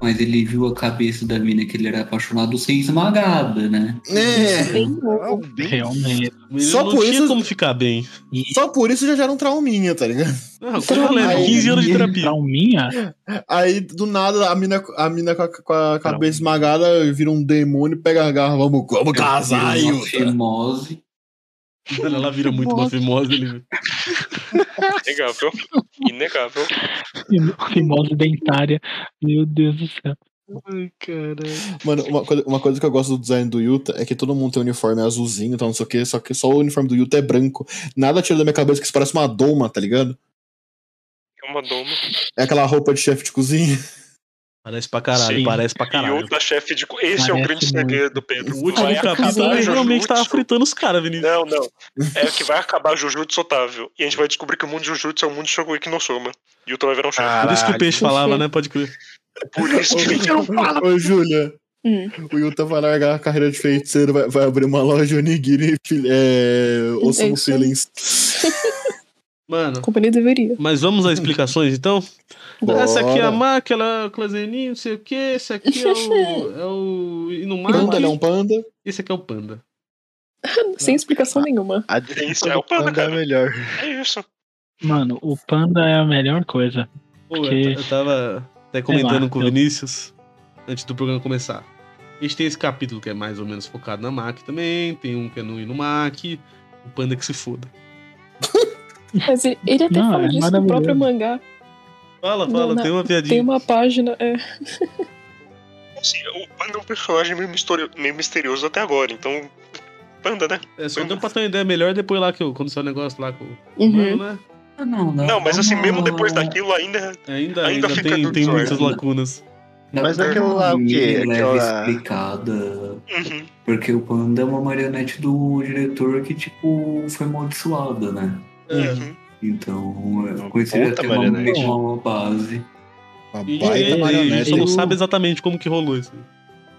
mas ele viu a cabeça da mina que ele era apaixonado ser esmagada, né? É. Uhum. Ah, bem- Realmente. Ele Só não por tinha isso- como ficar bem. Só por isso já gera um trauminha, tá ligado? Ah, como eu lembro, Aí, 15 anos de <laughs> terapia. Trauminha? Aí, do nada, a mina, a mina com, a, com a cabeça esmagada vira um demônio, pega a garra, vamos, vamos casar, Ele virou uma Yuta. Fimose. Mano, ela vira muito mafimosa. Ele... Inegável. Inegável. Fimose dentária. Meu Deus do céu. Ai, caralho. Mano, uma coisa, uma coisa que eu gosto do design do Yuta é que todo mundo tem um uniforme azulzinho, tal, não sei o que, só que só o uniforme do Yuta é branco. Nada tira da minha cabeça que isso parece uma doma, tá ligado? É uma doma. É aquela roupa de chefe de cozinha. Parece pra caralho, Sim. parece pra E caralho. outra chefe de. co- Esse é o Parece grande muito. segredo, Pedro. O último Vai capítulo acabar ele realmente Jujutsu. tava fritando os caras, Vinícius. Não, não. É que vai acabar Jujutsu Otávio. E a gente vai descobrir que o mundo de Jujutsu é o mundo de Shogeki no Soma. E o vai virar um chefe. Ah, Por isso que o peixe Caralho. falava, né? Pode crer. <laughs> Por isso que ele não fala. Ô, Júlia, Hum. o Yuta vai largar a carreira de feiticeiro, vai, vai abrir uma loja onigiri, fil- é, É Osamu isso aí. Feelings. Mano, A companhia deveria. mas vamos às explicações então? Essa aqui é a Bora. Mac, ela é o Clazeninho, não sei o que. Esse aqui é o. É o Panda, ele é um Inumaki. panda. Esse aqui é o Panda. Sem explicação nenhuma. A isso, descrição é o do panda, panda é cara. melhor. <laughs> É isso. Mano, o panda é a melhor coisa. Pô, eu, Porque- ta- eu tava até comentando lá, com o eu- Vinícius antes do programa começar. A gente tem esse capítulo que é mais ou menos focado na Mac também, tem um que é no Inumaki, o Panda que se foda. Mas ele, ele até Não, fala é disso no maravilhoso. próprio mangá. Fala, Não, fala, não, tem uma Tem piadinha. uma página. É, Assim, o Panda é um personagem meio, misterio- meio misterioso até agora. Então, Panda, né? É, só deu pra ter uma ideia melhor depois lá que eu, quando saiu o negócio lá com o Uhum. mano, né? Ah, Não, não, Não, mas assim, não, mesmo não, depois não. daquilo, ainda. é, Ainda, ainda, Ainda fica tem, dúvida, tem muitas né? lacunas. Dá Mas pra aquilo dar lá, o é uma quê? leve Aquela- explicada. Uhum. Porque o Panda é uma marionete do diretor que, tipo, foi amaldiçoada, né? É. uhum. Então, eu considero Puta até uma, marionete. uma, uma base. Uma E, baita e- e a marionete. gente não Eu- sabe exatamente como que rolou isso.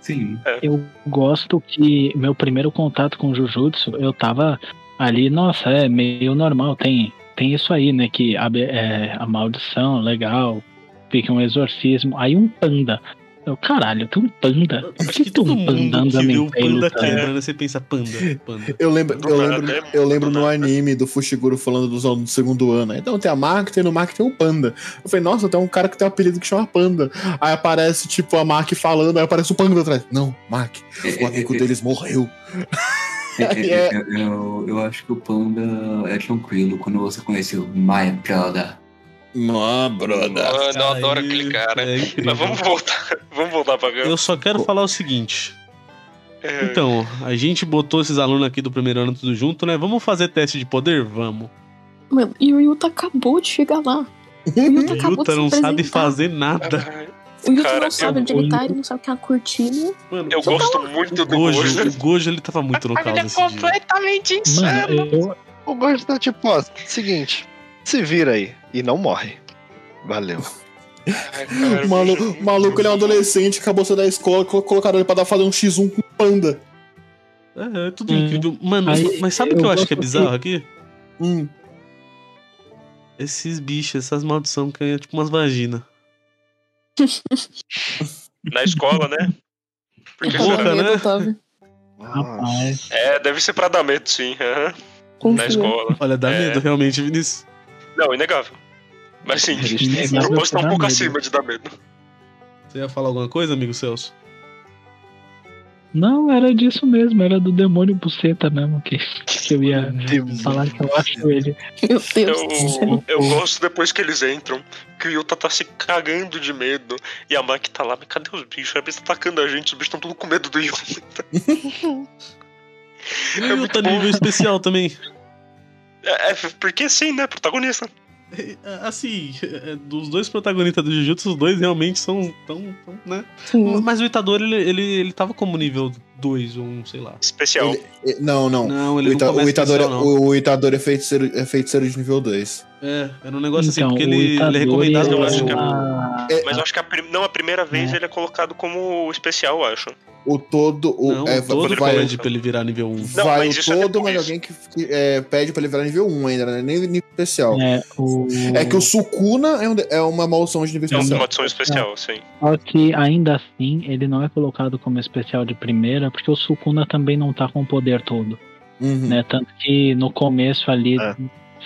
Sim. Eu gosto que meu primeiro contato com Jujutsu, eu tava ali, nossa, é meio normal, tem, tem isso aí, né? Que abre, é, a maldição, legal, fica um exorcismo. Aí um panda. Eu, caralho, tem um panda. Por Acho que tem todo um panda mundo que vê andando tá o em né? pé e Panda lutando? quebrando, você pensa Panda, Panda. Eu lembro, Do eu nada, lembro, é eu lembro do no nada. anime do Fushiguro falando dos alunos do segundo ano. aí, Então tem a Maki, tem no Maki, tem o Panda. Eu falei, nossa, tem um cara que tem um apelido que chama Panda. Aí aparece, tipo, a Maki falando, aí aparece o Panda atrás. Não, Maki, o <laughs> amigo deles morreu. <laughs> É, É. é, é, eu, eu acho que o Panda é tranquilo quando você conhece o My Prada. Mó, brother. Ah, não, adoro Aí, aquele cara. É incrível. Mas vamos voltar. <laughs> vamos voltar pra Eu só quero falar o seguinte. É, Então, a gente botou esses alunos aqui do primeiro ano tudo junto, né? Vamos fazer teste de poder? Vamos. Mano, e o Yuta acabou de chegar lá. O Yuta O acabou Yuta de se não sabe apresentar. fazer ah, nada. O Yuta Cara, não sabe eu- digitar, ele não sabe o que é uma cortina. Mano, Eu só gosto o muito do Gojo, Gojo. <laughs> o Gojo ele tava muito no caos esse dia. completamente Mano, eu, O gosto tá tipo, ó, seguinte, se vira aí e não morre. Valeu. Caraca, O <laughs> malu- o maluco ele é um adolescente, acabou de sair da escola, colo- colocaram ele pra dar, fazer um X1 com panda. É, é tudo Hum. incrível. Mano, Aí, mas sabe o que eu eu acho que é gosto bizarro aqui? Hum. Esses bichos, essas maldições que é tipo umas vaginas. Na escola, né? Porque Porra, será? né? tá <laughs> Otávio. Rapaz. É, deve ser pra dar medo, sim. aham. Na Confia. escola. Olha, dá É. medo realmente, Vinícius. Não, inegável. Mas sim, Eles têm o medo propósito tá um pra pouco dar medo. assim, acima de dar medo. Você ia falar alguma coisa, amigo Celso? Não, era disso mesmo, era do demônio buceta mesmo que, que <laughs> eu ia falar que eu acho ele. Meu É Deus do céu. Eu, eu gosto depois que eles entram, que o Yuta tá se cagando de medo. E a Maki tá lá, mas cadê os bichos? A bicha tá atacando a gente, os bichos estão tudo com medo do Yuta. E o Yuta nível especial também. <laughs> É, é, porque sim, né? Protagonista. Assim, é, dos dois protagonistas do Jujutsu, os dois realmente são tão, tão, né? Sim. Mas o Itador, ele, ele, ele tava como nível 2 ou 1, um, sei lá. Especial. Ele- eh, Não, não. Não, ele O, Ita não o, começa Itador, é- especial, não. o Itador é feiticeiro, é feiticeiro de nível 2. É, era um negócio Então, assim, porque o ele, ele é Itadori, recomendado eu pra acho que é- ah, Mas eu acho que a prim- não, a primeira vez ele é colocado como especial, eu acho. É O todo. O, Não, é, todo vai, pede pra ele virar nível 1. Não, vai mas o isso é todo, mas depois. alguém que, que, eh, pede pra ele virar nível 1 ainda, né? Nem nível especial. é, o... É, que o Sukuna é, um de- é uma maldição de É nível uma especial. maldição especial, assim, sim. Só que ainda assim ele não é colocado como especial de primeira, porque o Sukuna também não tá com o poder todo. Uhum. né? Tanto que no começo ali É.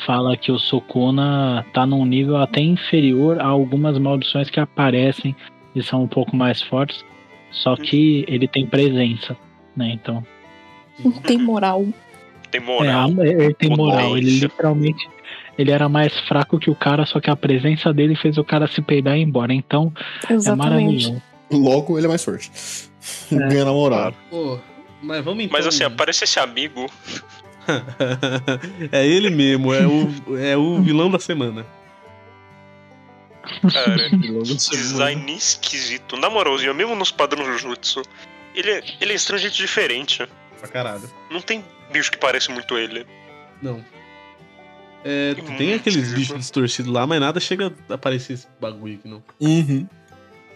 fala que o Sukuna tá num nível até inferior a algumas maldições que aparecem e são um pouco mais fortes. Uhum. Só que ele tem presença, né? Então, Não tem moral. Tem é, moral. a- ele tem moral. Ele Potência. literalmente ele era mais fraco que o cara, só que a presença dele fez o cara se peidar e ir embora. Então, é Exatamente. maravilhoso. Logo, ele é mais forte. <laughs> Ganha na moral. Pô, mas vamos então. Mas assim, aparece esse amigo. <laughs> é ele mesmo, é o, é o vilão da semana. <laughs> Cara, semana. design esquisito. Na moralzinha, mesmo nos padrões Jujutsu, ele, é- ele é estranho de jeito diferente. Pra caralho. Não tem bicho que parece muito ele. Não. É, Hum, tem aqueles esquisito. bichos distorcidos lá, mas nada chega a aparecer esse bagulho aqui, não. Uhum.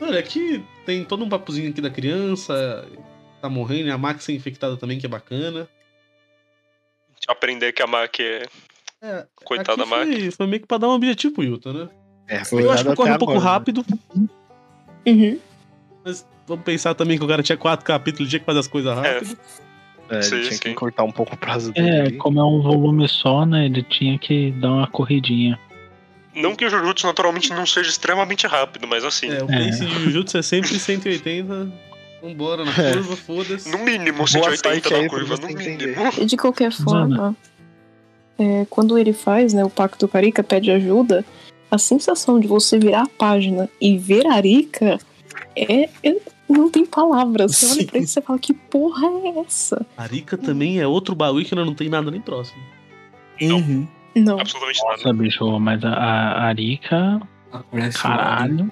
Olha, aqui tem todo um papozinho aqui da criança, tá morrendo, e a Max é infectada também, que é bacana. Aprender que a Maki é. É, Coitada da aqui foi- Maki. Foi meio que pra dar um objetivo pro Yuta, né? É, Eu acho que cuidado corre um até pouco agora, né? rápido, Uhum. mas vamos pensar também que o cara tinha quatro capítulos, tinha que fazer as coisas É, rápido. É, ele Sim, tinha sim. que cortar um pouco o prazo É, dele. como é um volume só, né? Ele tinha que dar uma corridinha. Não que o Jujutsu naturalmente não seja extremamente rápido, mas assim. É, o pace de Jujutsu é sempre 180. Vambora na É. curva, foda-se. No mínimo, sorte 180 aí na pra curva, você no entender. mínimo. E de qualquer forma, é, quando ele faz, né, o Pacto Carica pede ajuda, a sensação de você virar a página e ver a Arica é, é- não tem palavras. Você olha pra isso e você fala, que porra é essa? Arica também é outro bagulho que não tem nada nem próximo. Uhum. Não. Absolutamente nada. Nossa, bicho, mas a, a Arika, Aparece o Alien. caralho.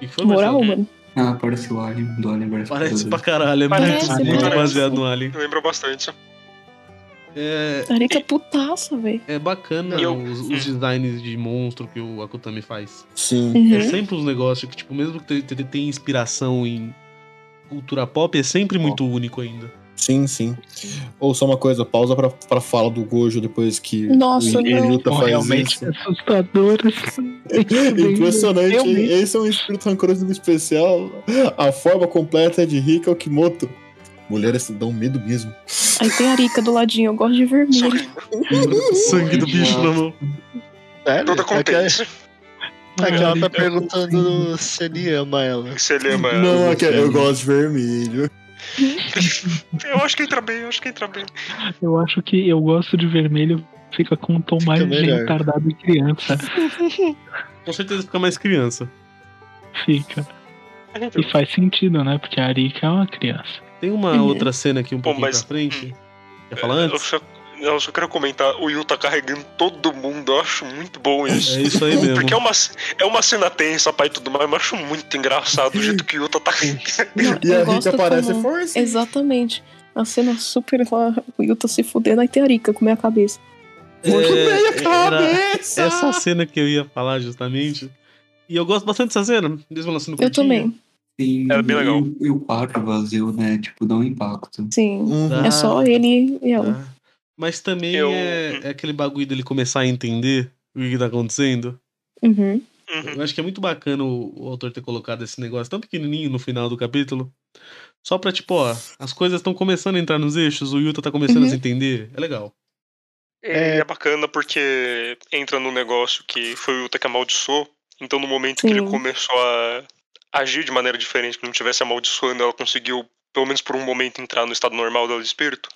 E foi Moral, né? baseado- mano. Ah, aparece o Alien do Alien vs. Parece pra Predador. caralho, é Parece, muito, muito parece. baseado no Alien. Lembra bastante. É, A Arica é putaça, velho. é bacana E eu- os, os designs de monstro que o Akutami faz. Sim. É Uhum. sempre uns negócios que, tipo, mesmo que ele tenha inspiração em cultura pop, é sempre muito único ainda. Sim, sim. Ou só uma coisa, pausa pra, pra fala do Gojo depois que Nossa, o não. Yuta Pô, faz realmente. Tá isso. É Assustador. assim. <laughs> Impressionante, hein? Realmente. Esse é um espírito rancoroso do especial. A forma completa é de Rika Okimoto. Mulheres dão medo mesmo. Aí tem a Arica do ladinho, eu gosto de vermelho. Sorrindo. <laughs> Sangue Uhum. do bicho na mão. Sério? Toda É que- <laughs> contente. é que ela tá perguntando se ele ama ela. Se ele ama ela. Não, é que eu gosto de vermelho. Eu acho que entra bem, eu acho que entra bem. Eu acho que eu gosto de vermelho, fica com um tom Fica mais de melhor. retardado e criança. Com certeza fica mais criança. Fica. E faz sentido, né? Porque a Arika é uma criança. Tem uma Uhum. outra cena aqui um pouquinho mas- Uhum. É, pra frente. Quer falar antes? Eu só, não, eu só quero comentar, o Yu tá carregando todo mundo, eu acho muito bom isso. É isso aí mesmo. Porque é uma, é uma cena tensa, pai, e tudo mais, mas eu acho muito engraçado o jeito que o Yuta tá Não, E a eu gosto Rika aparece como- força. Exatamente. A cena é super lá, o Yuta se fudendo, aí tem a Arica com a cabeça. É, Meia era cabeça! é, essa cena que eu ia falar justamente. E eu gosto bastante dessa cena. um Eles vão lançando Eu continha. também. Sim, Era bem legal. E, e o quarto vazio, né? Tipo, dá um impacto. Sim. Uhum. Tá, É só ele e ela. tá. Mas também Eu- é, é aquele bagulho dele começar a entender o que que tá acontecendo. Uhum. Uhum. Eu acho que é muito bacana o, o autor ter colocado esse negócio tão pequenininho no final do capítulo. Só pra, tipo, ó, as coisas estão começando a entrar nos eixos, o Yuta tá começando a se entender. É legal. É... é bacana porque entra no negócio que foi o Yuta que amaldiçoou. Então, no momento que ele Sim. começou a agir de maneira diferente, que não tivesse amaldiçoando, ela conseguiu, pelo menos por um momento, entrar no estado normal dela de espírito.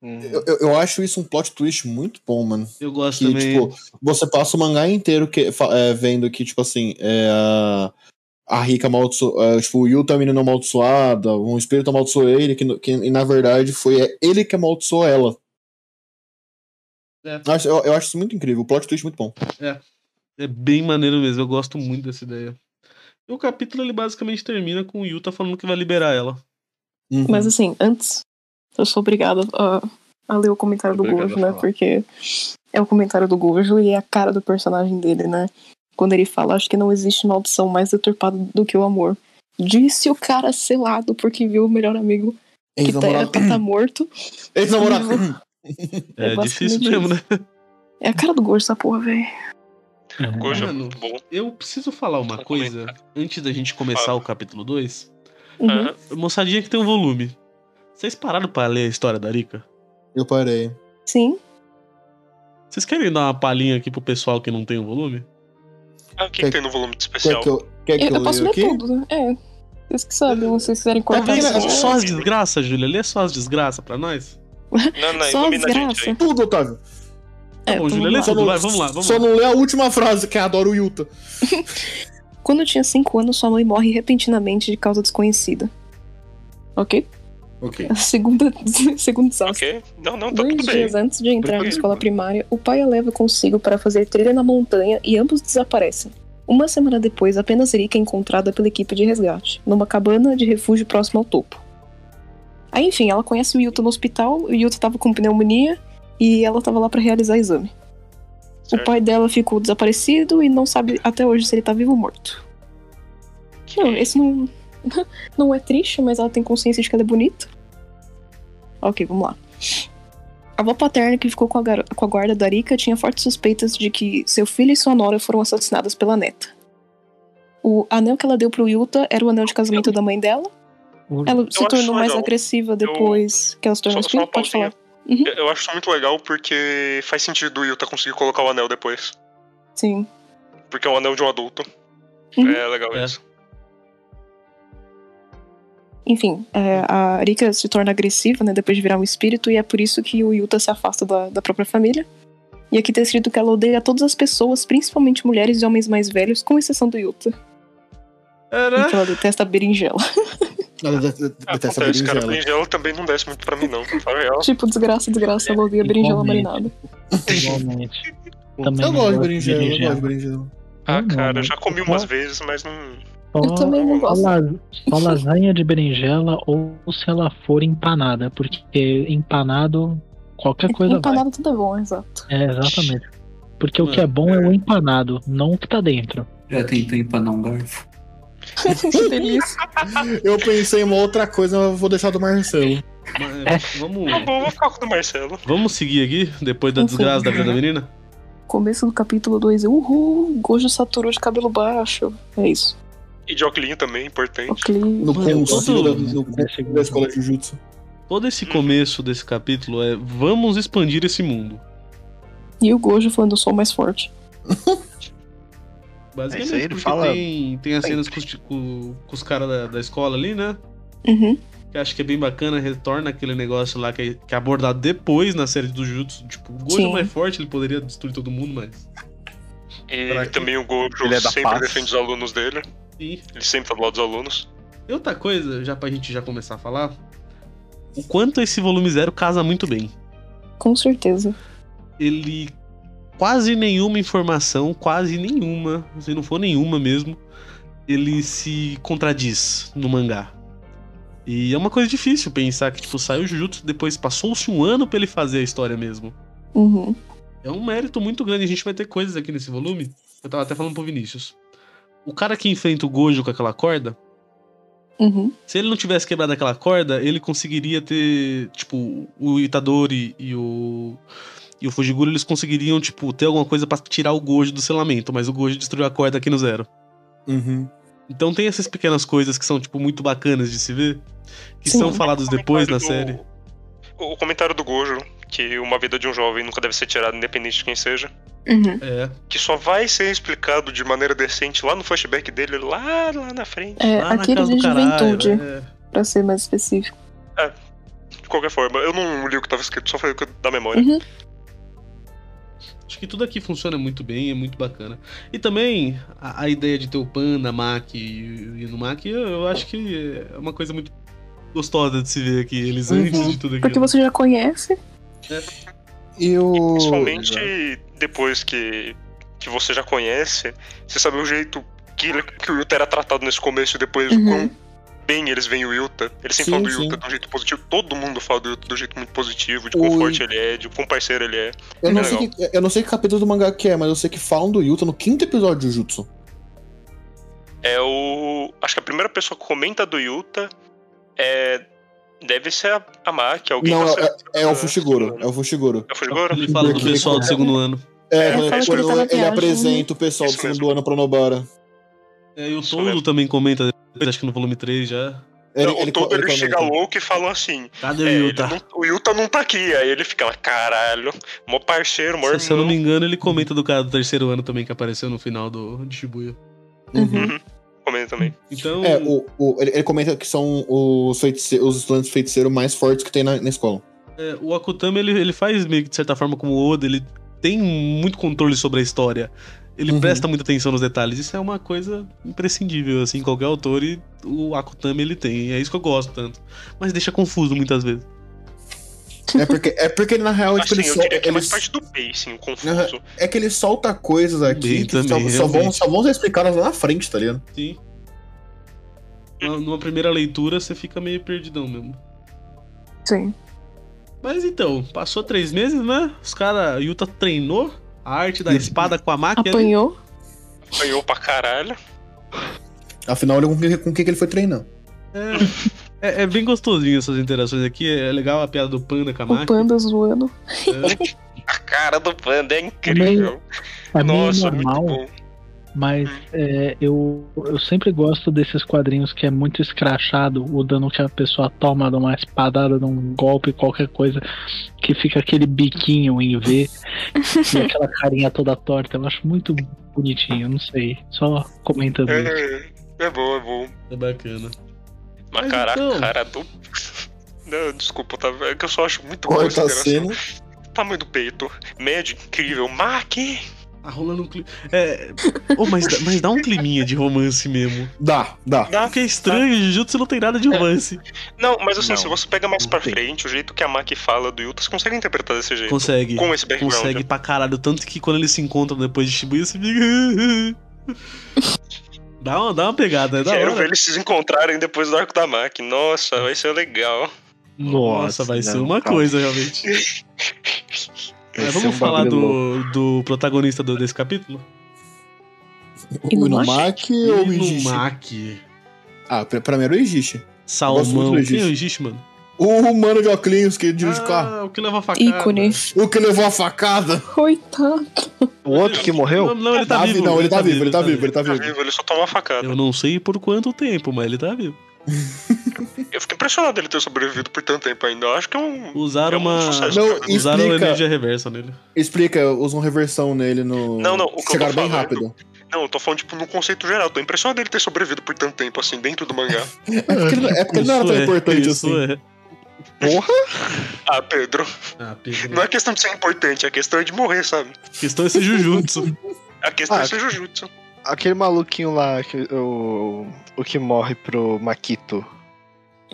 Eu, eu- eu acho isso um plot twist muito bom, mano. Eu gosto Que, também. tipo, você passa o mangá inteiro que, fa- é, vendo que, tipo assim, é, a, a Rika amaldiçoou. É, tipo, o Yuta é a menina amaldiçoada, um espírito amaldiçoou ele, que, no- que- e na verdade foi é, ele que amaldiçoou ela. É. Eu acho- Eu, eu acho isso muito incrível, o plot twist muito bom. É bem maneiro mesmo, eu gosto muito dessa ideia. E o capítulo ele basicamente termina com o Yuta falando que vai liberar ela. Uhum. Mas assim, antes, eu sou obrigada a, a ler o comentário do Obrigado a Gojo, né? falar. Porque é o comentário do Gojo e é a cara do personagem dele, né? Quando ele fala, acho que não existe maldição mais deturpada do que o amor. Disse o cara selado porque viu o melhor amigo que tá, era Ex-namorado. pra tá morto. Ex-namorado. É, basicamente difícil mesmo, isso. né? É a cara do Gojo essa porra, velho. Gojo é Mano. muito bom. Eu preciso falar uma Vou coisa antes da gente começar o capítulo 2. Uhum. Aham. Moçadinha que tem um volume. Vocês pararam pra ler a história da Rika? Eu parei. Sim. Vocês querem dar uma palhinha aqui pro pessoal que não tem o volume? Ah, o que, que Quer- tem no volume de especial? Quer que eu, quer que Eu, eu posso leia ler aqui? tudo, né? É. Vocês que sabem, se vocês quiserem Tá cortar vendo? isso. Só as desgraças, Júlia. Lê só as desgraças pra nós. Não, não, Só ilumina a gente desgraça. aí. Tudo, Otávio. Tá É, bom, Júlia, então vamos lê lá. tudo. Vai, vamos lá, vamos Só lá. não lê a última frase, que adoro o Yuta. Quando eu tinha 5 anos, sua mãe morre repentinamente de causa desconhecida. Ok? <laughs> Ok. A segunda, <laughs> segundo desastre. Ok? Não, não, tá Dois tudo bem. dias antes de entrar na bem, escola mano. primária, o pai a leva consigo para fazer trilha na montanha e ambos desaparecem. Uma semana depois, apenas Rika é encontrada pela equipe de resgate, numa cabana de refúgio próximo ao topo. Aí, enfim, ela conhece o Yuta no hospital, o Yuta tava com pneumonia e ela tava lá para realizar exame. O Certo. pai dela ficou desaparecido e não sabe até hoje se ele tá vivo ou morto. Não, esse não, <laughs> não é triste, mas ela tem consciência de que ela é bonita. Ok, vamos lá. A avó paterna que ficou com a, garo- com a guarda da Rika tinha fortes suspeitas de que seu filho e sua nora foram assassinadas pela neta. O anel que ela deu pro Yuta era o anel de casamento da mãe dela. Ela se acho tornou mais legal. agressiva depois que ela se tornou Só- só uma espírito. Então, Pode pausinha. falar. Uhum. Eu- Eu acho isso muito legal porque faz sentido o Yuta conseguir colocar o anel depois. Sim. Porque é o anel de um adulto. Uhum. É legal É. isso. Enfim, é, a Rika se torna agressiva, né, depois de virar um espírito, e é por isso que o Yuta se afasta da, da própria família. E aqui tá escrito que ela odeia todas as pessoas, principalmente mulheres e homens mais velhos, com exceção do Yuta, Era... Ah. porque ela detesta a berinjela. Ela de- tá É, tá de- detesta Acontece, cara. berinjela. Berinjela também não desce muito pra mim, não. pra falar a real. tipo, desgraça, desgraça, ela odeia berinjela Igualmente. marinada. Igualmente. Também Eu não gosto de berinjela. berinjela, eu gosto de berinjela. Ah, não, cara, mano. eu já comi umas vezes, mas não. Só- Eu também não Só, gosto. la- só lasanha de berinjela ou se ela for empanada, porque empanado qualquer coisa vai. Empanada tudo é bom, <laughs> exato. É, exatamente. Porque o Mano, que é bom é o empanado, não o que tá dentro. Já tentou empanar um garfo. que delícia. <laughs> Eu pensei em uma outra coisa, mas eu vou deixar do Marcelo. Mas, vamos, Tá bom, vou ficar com o do Marcelo. vamos seguir aqui, depois da Uhum. desgraça da vida da menina? Começo do capítulo 2, uhul, Gojo Satoru de cabelo baixo. É isso. E de óculos também, importante. Ok. No Mano, concílio todo- da, no concílio Desse- da escola de Jujutsu. Todo esse Uhum. começo desse capítulo é vamos expandir esse mundo. É E o Gojo falando, eu sou mais forte. Basicamente, É isso aí, ele porque fala tem, tem as cenas com, os- com- com os caras da, da escola ali, né? Uhum. Que eu acho que é bem bacana, retorna aquele negócio lá que é, que é abordado depois na série do Jutsu. Tipo, o Gojo Sim. é mais forte, ele poderia destruir todo mundo, mas. E Pra quê? também o Gojo Ele é da sempre paz. defende os alunos dele. Sim. Ele sempre tá do lado dos alunos. E outra coisa, já pra gente já começar a falar, o quanto esse volume zero casa muito bem. Com certeza. Ele quase nenhuma informação, quase nenhuma, se não for nenhuma mesmo, ele se contradiz no mangá. E é uma coisa difícil pensar que, tipo, saiu o Jujutsu, depois passou-se um ano pra ele fazer a história mesmo. Uhum. É um mérito muito grande. A gente vai ter coisas aqui nesse volume. Eu tava até falando pro Vinícius. O cara que enfrenta o Gojo com aquela corda, Uhum. se ele não tivesse quebrado aquela corda, ele conseguiria ter, tipo, o Itadori e o e o Fujiguro, eles conseguiriam, tipo, ter alguma coisa pra tirar o Gojo do selamento, mas o Gojo destruiu a corda aqui no zero. Uhum. Então tem essas pequenas coisas que são, tipo, muito bacanas de se ver, é que Sim. são falados depois na Comentário série. do- O comentário do Gojo, que uma vida de um jovem nunca deve ser tirada, independente de quem seja, Uhum. É. que só vai ser explicado de maneira decente lá no flashback dele, lá, lá na frente. É, Lá na aquele casa de do caralho, juventude, é. pra ser mais específico. De qualquer forma, eu não li o que tava escrito, só falei o que eu- da memória. Uhum. Acho que tudo aqui funciona muito bem, é muito bacana. E também a, a ideia de ter o Panda, Mac e, e no Mac, eu, eu acho que é uma coisa muito gostosa de se ver aqui, eles Uhum. antes de tudo aqui. Porque você já conhece. E o. Principalmente Uhum. depois que, que você já conhece, você sabe o jeito que, ele- que o Yuta era tratado nesse começo e depois o Uhum. quão bem eles veem o Yuta. Eles sempre Sim, falam do sim. Yuta de um jeito positivo. Todo mundo fala do Yuta de um jeito muito positivo, de O- quão forte ele é, de quão parceiro ele é. Eu não, É sei que, eu não sei que capítulo do mangá que é, mas eu sei que falam do Yuta no quinto episódio de Jujutsu. É o. Acho que a primeira pessoa que comenta do Yuta é. Deve ser a, a Maki, alguém Não, tá é, certo. é o Fushiguro. É o Fushiguro. É o Fujigoro? Ele fala do pessoal do segundo ano. É, É, quando fala ele, que ele tá na ele viagem, apresenta o pessoal do Isso segundo mesmo. ano pra Nobara. É, e o Isso Todo mesmo. também comenta, depois, acho que no volume 3 já. Ele, o todo ele, comenta. chega louco e fala assim: Cadê é, o ele Yuta? não- o Yuta não tá aqui. Aí ele fica lá, caralho, mó parceiro, mó Se, se eu não irmão. me engano, ele comenta do cara do terceiro ano também, que apareceu no final do de Shibuya. Uhum. Comenta também. Uhum. Então, É, o, o- ele, ele comenta que são os, feitice- os estudantes feiticeiros mais fortes que tem na, na escola. É, o Akutami, ele, ele faz meio que de certa forma como o Oda, ele tem muito controle sobre a história. Ele Uhum. presta muita atenção nos detalhes. Isso é uma coisa imprescindível, assim, qualquer autor e o Akutami ele tem. E é isso que eu gosto tanto. Mas deixa confuso muitas vezes. É porque, é porque ele, na real, tipo, Assim, ele, eu sol, diria que é mais ele- parte do pacing, o confuso. É que ele solta coisas aqui Bem, que só- também, só, vão, realmente. só vão ser explicadas lá na frente, tá ligado? Sim. Numa- Numa primeira leitura, você fica meio perdidão mesmo. Sim. Mas então, passou três meses, né? Os caras, Yuta treinou a arte da espada com a máquina. Apanhou. Ganhou pra caralho. Afinal, olha com que, com que que ele foi treinando. É, é- é bem gostosinho essas interações aqui. É legal a piada do panda com a né? O máquina. panda zoando. A cara do panda é incrível. É meio Nossa, normal, muito bom. mas é, eu, eu sempre gosto desses quadrinhos que é muito escrachado, o dano que a pessoa toma de uma espadada, de um golpe, qualquer coisa, que fica aquele biquinho em V <laughs> e aquela carinha toda torta. Eu acho muito bonitinho, não sei. Só comentando isso. É, é bom, é bom. É bacana. Mas Mas caraca, então- a cara do. <laughs> Não, desculpa, tá... é que eu só acho muito bom essa Corta a interação. cena. Tamanho do peito, médio, incrível, Maki! Tá rolando um clima. É. Ô, mas, dá- mas dá um climinha de romance mesmo. Dá, dá. Dá- Porque é estranho, Jujutsu não tem nada de romance. Não, mas assim, Não, se você pega mais pra não tem. frente, o jeito que a Maki fala do Yuta, você consegue interpretar desse jeito. Consegue. Com esse background. Consegue pra caralho. Tanto que quando eles se encontram depois de Shibuya, você fica. <laughs> Dá uma, dá uma pegada, é da Quero ver hora. eles se encontrarem depois do arco da Maki. Nossa, vai ser legal. Nossa, vai ser uma coisa, realmente. Mas vamos um falar do, do protagonista do- desse capítulo? O Inumaki ou o Ijishi? Inumaki. Ah, pra, pra mim era o Ijishi. gosto muito Salmão. do Quem é o Ijishi. Ijishi, mano? O humano de óculos que dirige o carro. Ah, o que leva a facada. Ícone. O que levou a facada. Coitado. O outro que morreu? Não, não, ele tá Davi- vivo. Não, ele tá vivo, ele tá vivo, ele tá Tá vivo. vivo, ele só toma uma facada. Eu não sei por quanto tempo, mas ele tá vivo. Eu fiquei impressionado ele ter sobrevivido por tanto tempo ainda. Eu acho que é um. Usaram É um uma. sucesso. Não, Usaram explica, energia reversa nele. explica, usam reversão nele no. Não, não, o que eu tô Chegaram bem falando- é rápido. Não, eu tô falando, tipo, no conceito geral. Tô impressionado ele ter sobrevivido por tanto tempo, assim, dentro do mangá. É porque, ele não- é porque ele não era Isso tão é, importante isso assim. é. ah, Pedro. Ah, Pedro. Não é questão de ser importante, a questão é de morrer, sabe? A questão é esse Jujutsu. A questão Ah, é ser Jujutsu. Aquele maluquinho lá, que, o, o que morre pro Makito.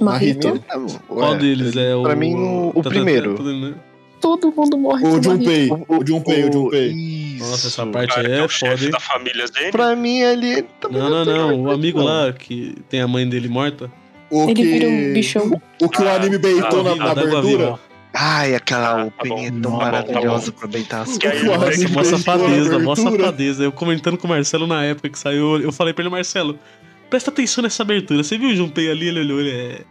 Marrito. Marrito. Qual deles é o. pra mim, o- o tá- tá- primeiro. tá- né? Todo mundo morre O com Marrito. Junpei. O Junpei, o um Junpei. Isso. Nossa, essa parte Cara, que é é o foda, chefe hein? da né? família dele. Pra mim, ele tá ele também Não, não, tem não. O mais amigo não. lá que tem a mãe dele morta. O Ele que. vira um bichão. O que o anime Ah, beitou na, da tá na água abertura. viva. Ai, aquela Ah, tá openinha bom. tão Tá bom, tá maravilhosa pra beitar <laughs> as Que aí coisas. eu- Nossa, Sim, mó sim, safadeza, mó abertura. safadeza. Eu comentando com o Marcelo na época que saiu, eu falei pra ele, Marcelo, presta atenção nessa abertura. Você viu o Junpei ali? Ele olhou, ele é.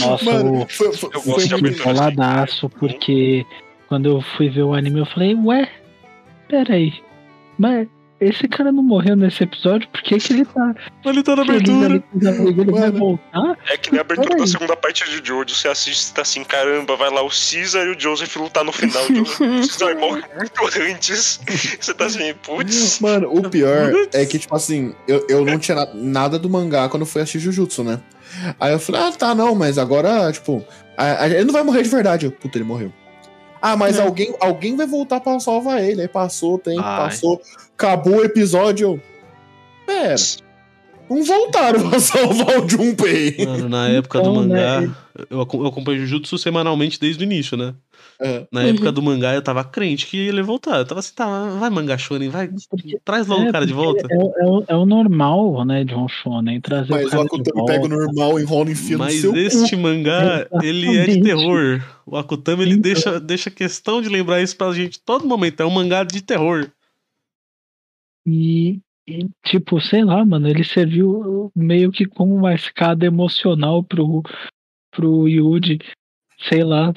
Nossa, Mano, o- foi, foi, Eu foi gosto de muito- abertura. Boladaço, porque quando eu fui ver o anime eu falei, ué, peraí, mas esse cara não morreu nesse episódio, por que, que <laughs> ele tá Ele tá na feliz abertura. ali com os amigos, ele vai Mano. voltar? É que nem a abertura da Peraí. segunda parte de Jojo. Você assiste e tá assim, caramba, vai lá o Caesar e o Joseph lutar no final. O Joseph- o Caesar morre muito antes. Você tá assim, putz. Mano, o pior Putz. é que, tipo assim, eu, eu não tinha na- nada do mangá quando eu fui assistir Jujutsu, né? Aí eu falei, ah, tá, não, mas agora, tipo, a- a- ele não vai morrer de verdade. Eu, Puta, ele morreu. Ah, mas alguém, alguém vai voltar pra salvar ele. Aí passou o tempo, Ai. passou, acabou o episódio. Eu, pera, não voltaram pra <laughs> salvar <laughs> o Junpei. Mano, na época do Então, mangá, né? eu, aco- eu acompanho Jujutsu semanalmente desde o início, né? É. Na Uhum. época do mangá, eu tava crente que ele ia voltar. Eu tava assim, tá, vai mangá Shonen, vai, Porque- traz logo é, o cara de porque volta. É, o- é o- é o normal, né, de um shonen, trazer o Mas o cara de Akutami volta. pega o normal, enrola e enfia no Mas seu cu. este né? mangá, ele é de Exatamente. terror. O Akutami, ele Tá Então. deixa, deixa questão de lembrar isso pra gente todo momento. É um mangá de terror. E, e, tipo, sei lá, mano, ele serviu meio que como uma escada emocional pro, pro Yuji. Sei lá,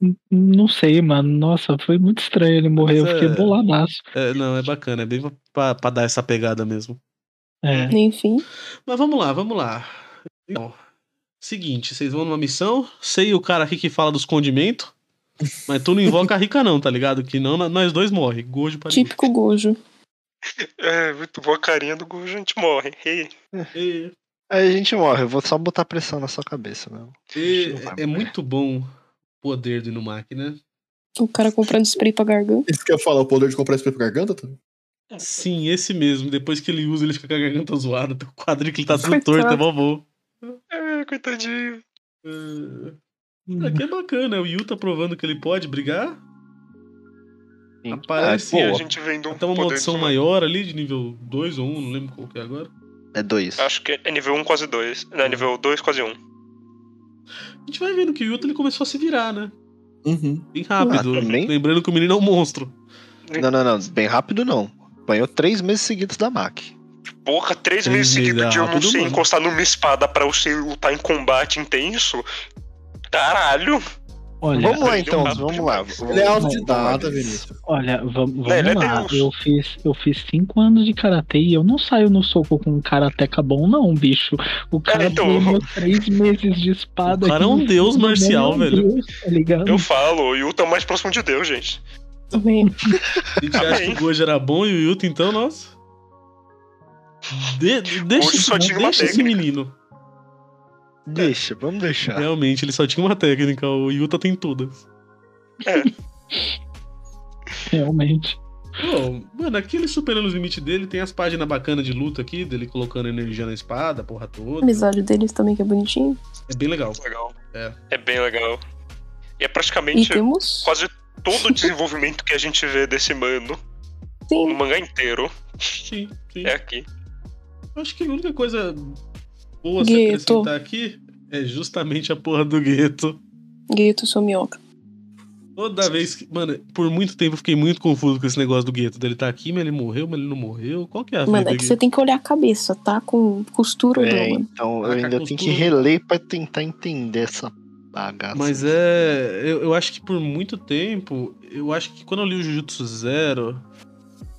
n- não sei, mano. Nossa, foi muito estranho ele morrer. Eu Mas fiquei é- boladaço. É, não, é bacana, é bem pra, pra dar essa pegada mesmo. É. Enfim. Mas vamos lá, vamos lá. Então, seguinte, vocês vão numa missão, sei o cara aqui que fala dos condimentos, mas tu não invoca a rica não, tá ligado? Que não, na- nós dois morre. Gojo para Típico Gojo. É, muito boa a carinha do Gojo, a gente morre. Ei, E, Aí a gente morre, eu vou só botar pressão na sua cabeça, né? e- é, é muito bom o poder do Inumaki, né? O cara comprando spray pra garganta. Isso que eu falo, o poder de comprar esse pra garganta? tá? Sim, esse mesmo. Depois que ele usa, ele fica com a garganta zoada, o quadrículo tá tudo Coitado. torto, é mó bom. é, coitadinho. É, Aqui é bacana, o Yu tá provando que ele pode brigar. Aparece E Boa. a gente vendo um Até uma poder maldição de- maior ali, de nível 2 ou 1, não lembro qual que é agora. É dois. Acho que é nível 1, quase 2. Não, é nível 2, quase 1. A gente vai vendo que o Yuta ele começou a se virar, né? Uhum. Bem rápido. Ah, também? Lembrando que o menino é um monstro. Não, não, não. Bem rápido não. Apanhou três meses seguidos da MAC. Porra, três Três meses meses, seguidos de eu ah, não tudo sei bem. encostar numa espada pra você lutar em combate intenso. Caralho! Olha, Vamos lá aprendeu então, rápido vamos lá. demais. Ele é Vamos- autodidata, Vinícius. olha, vamos, Né, ele é vamos lá. denúncia. Eu fiz, eu fiz cinco anos de karatê e eu não saio no soco com um karateca bom, não, bicho. O cara então- ganhou três meses de espada. O cara é um que- deus marcial, Meu velho. Deus, Tá ligado? Hum. Eu falo, o Yuta é o mais próximo de Deus, gente. <laughs> Também. A gente acha que o Gojo era bom e o Yuta, então, nossa. De- de- deixa Gojo só tinha uma deixa esse técnica. menino. Deixa, vamos deixar. Realmente, ele é só tinha uma técnica. O Yuta tem todas. Realmente. Bom, mano, aqui ele superando os limites dele. Tem as páginas bacanas de luta aqui, dele colocando energia na espada, a porra A toda. amizade deles também, que é bonitinho. É bem legal. Legal. É. É bem legal. E é E um praticamente temos. quase todo o desenvolvimento que a gente vê desse mano no Sim. mangá inteiro Sim, sim. é aqui. Acho que a única coisa boa a se Gueto. acrescentar aqui é justamente a porra do gueto. Gueto, sua minhoca. Tá Toda vez que. Mano, por muito tempo eu fiquei muito confuso com esse negócio do gueto. Ele tá aqui, mas ele morreu, mas ele não morreu. Qual que é a Mano, vida é que você aqui? tem que olhar a cabeça, tá? Com costura ou É, não, mano. então eu Caraca, ainda tenho que cultura. reler pra tentar entender essa tá bagaça. Mas assim. é. Eu, eu acho que por muito tempo. Eu acho que quando eu li o Jujutsu Zero.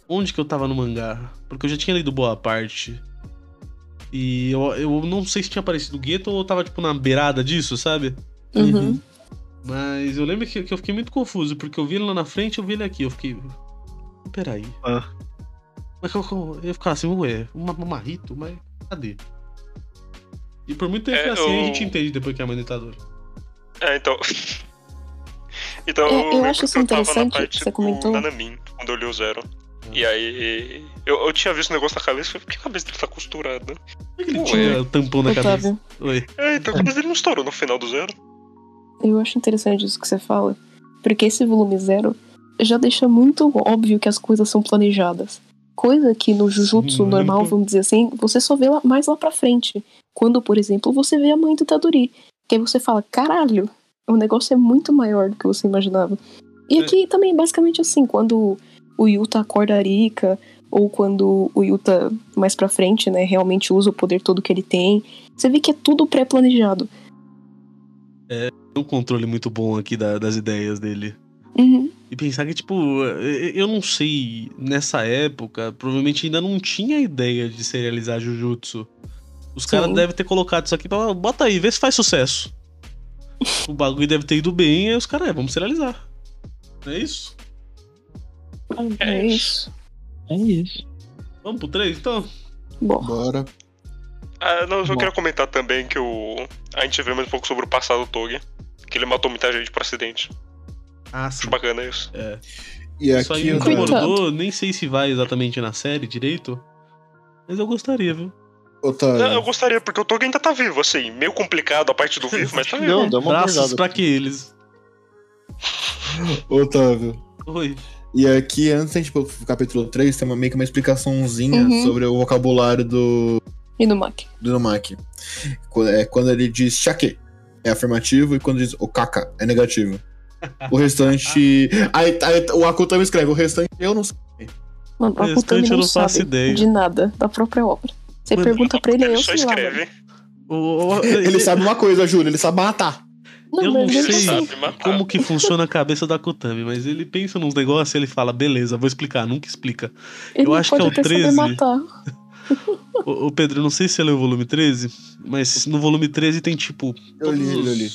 Onde que eu tava no mangá? Porque eu já tinha lido boa parte. E eu, eu não sei se tinha aparecido o gueto ou eu tava, tipo, na beirada disso, sabe? Uhum. Mas eu lembro que, que eu fiquei muito confuso, porque eu vi ele lá na frente e eu vi ele aqui. Eu fiquei. Peraí. Ah. Mas eu, eu, eu ficava assim, ué, uma marrito, mas cadê? E por muito tempo É, é, assim, eu- a gente entende depois que é a mãe do ditador. É, então. <laughs> então É, eu lembro acho que isso eu tava na interessante, parte você comentou. Do Nanamin, quando eu li o Zero. Hum. E aí. Eu, eu tinha visto o negócio na cabeça e falei, por que a cabeça dele tá costurada? Por é que ele Ué. tinha o tampão na cabeça? Otávio, Oi. É, então a cabeça dele não estourou no final do Zero. eu acho interessante isso que você fala. Porque esse volume zero já deixa muito óbvio que as coisas são planejadas. Coisa que no Jujutsu Muito. normal, vamos dizer assim, você só vê lá- mais lá pra frente. Quando, por exemplo, você vê a mãe do Tadori. Que aí você fala, caralho, o negócio é muito maior do que você imaginava. E É. aqui também, basicamente assim, quando o Yuta acorda a Rika, ou quando o Yuta, mais pra frente, né, realmente usa o poder todo que ele tem, você vê que é tudo pré-planejado. Tem um controle muito bom aqui da- das ideias dele. Uhum. E pensar que, tipo, eh, eu não sei, nessa época, provavelmente ainda não tinha ideia de serializar Jujutsu. Os caras Sim. devem ter colocado isso aqui pra. Bota aí, vê se faz sucesso. o bagulho deve ter ido bem, aí os caras, é, vamos serializar. É isso? É, É isso. É isso. Vamos pro 3, então? Bom, Bora. Ah, não, eu só Bom. queria comentar também que o. A gente vê mais um pouco sobre o passado do Togi. Que ele matou muita gente por acidente. Ah, sim. Acho bacana isso. É. E isso aqui aí é eu eu Coitado. Otário, incomodou, nem sei se vai exatamente na série direito. Mas eu gostaria, viu? É. Não, eu gostaria, porque o Togi ainda tá vivo, assim. Meio complicado a <laughs> parte do vivo, mas tá vivo. Não, dá uma Braços morgada. pra que eles. Otávio. Oi. E aqui, antes da gente ir pro capítulo 3, tem uma, meio que uma explicaçãozinha Uhum. sobre o vocabulário do, e no Mac? do Inumaki. Quando, é, quando ele diz shake, é afirmativo, e quando diz okaka, é negativo. O restante. aí, aí o Akutami escreve, o restante eu não sei. Mano, Restante a Kutami eu não não faço sabe ideia. de nada da própria obra. Você Mano, pergunta pra ele, Ele eu só sei lá. mano. escreve. O- o- Ele sabe uma coisa, Júlio, ele sabe matar. Eu Não, não mas Ele eu sei. sei. sabe matar. como que funciona a cabeça da Kutami, mas ele pensa nos negócios e ele fala, beleza, vou explicar, nunca explica. Ele acho que é pode o até 13. saber matar. Ô, ô, Pedro, eu não sei se você leu o volume 13, mas no volume 13 tem tipo. Eu li, todos eu os- li.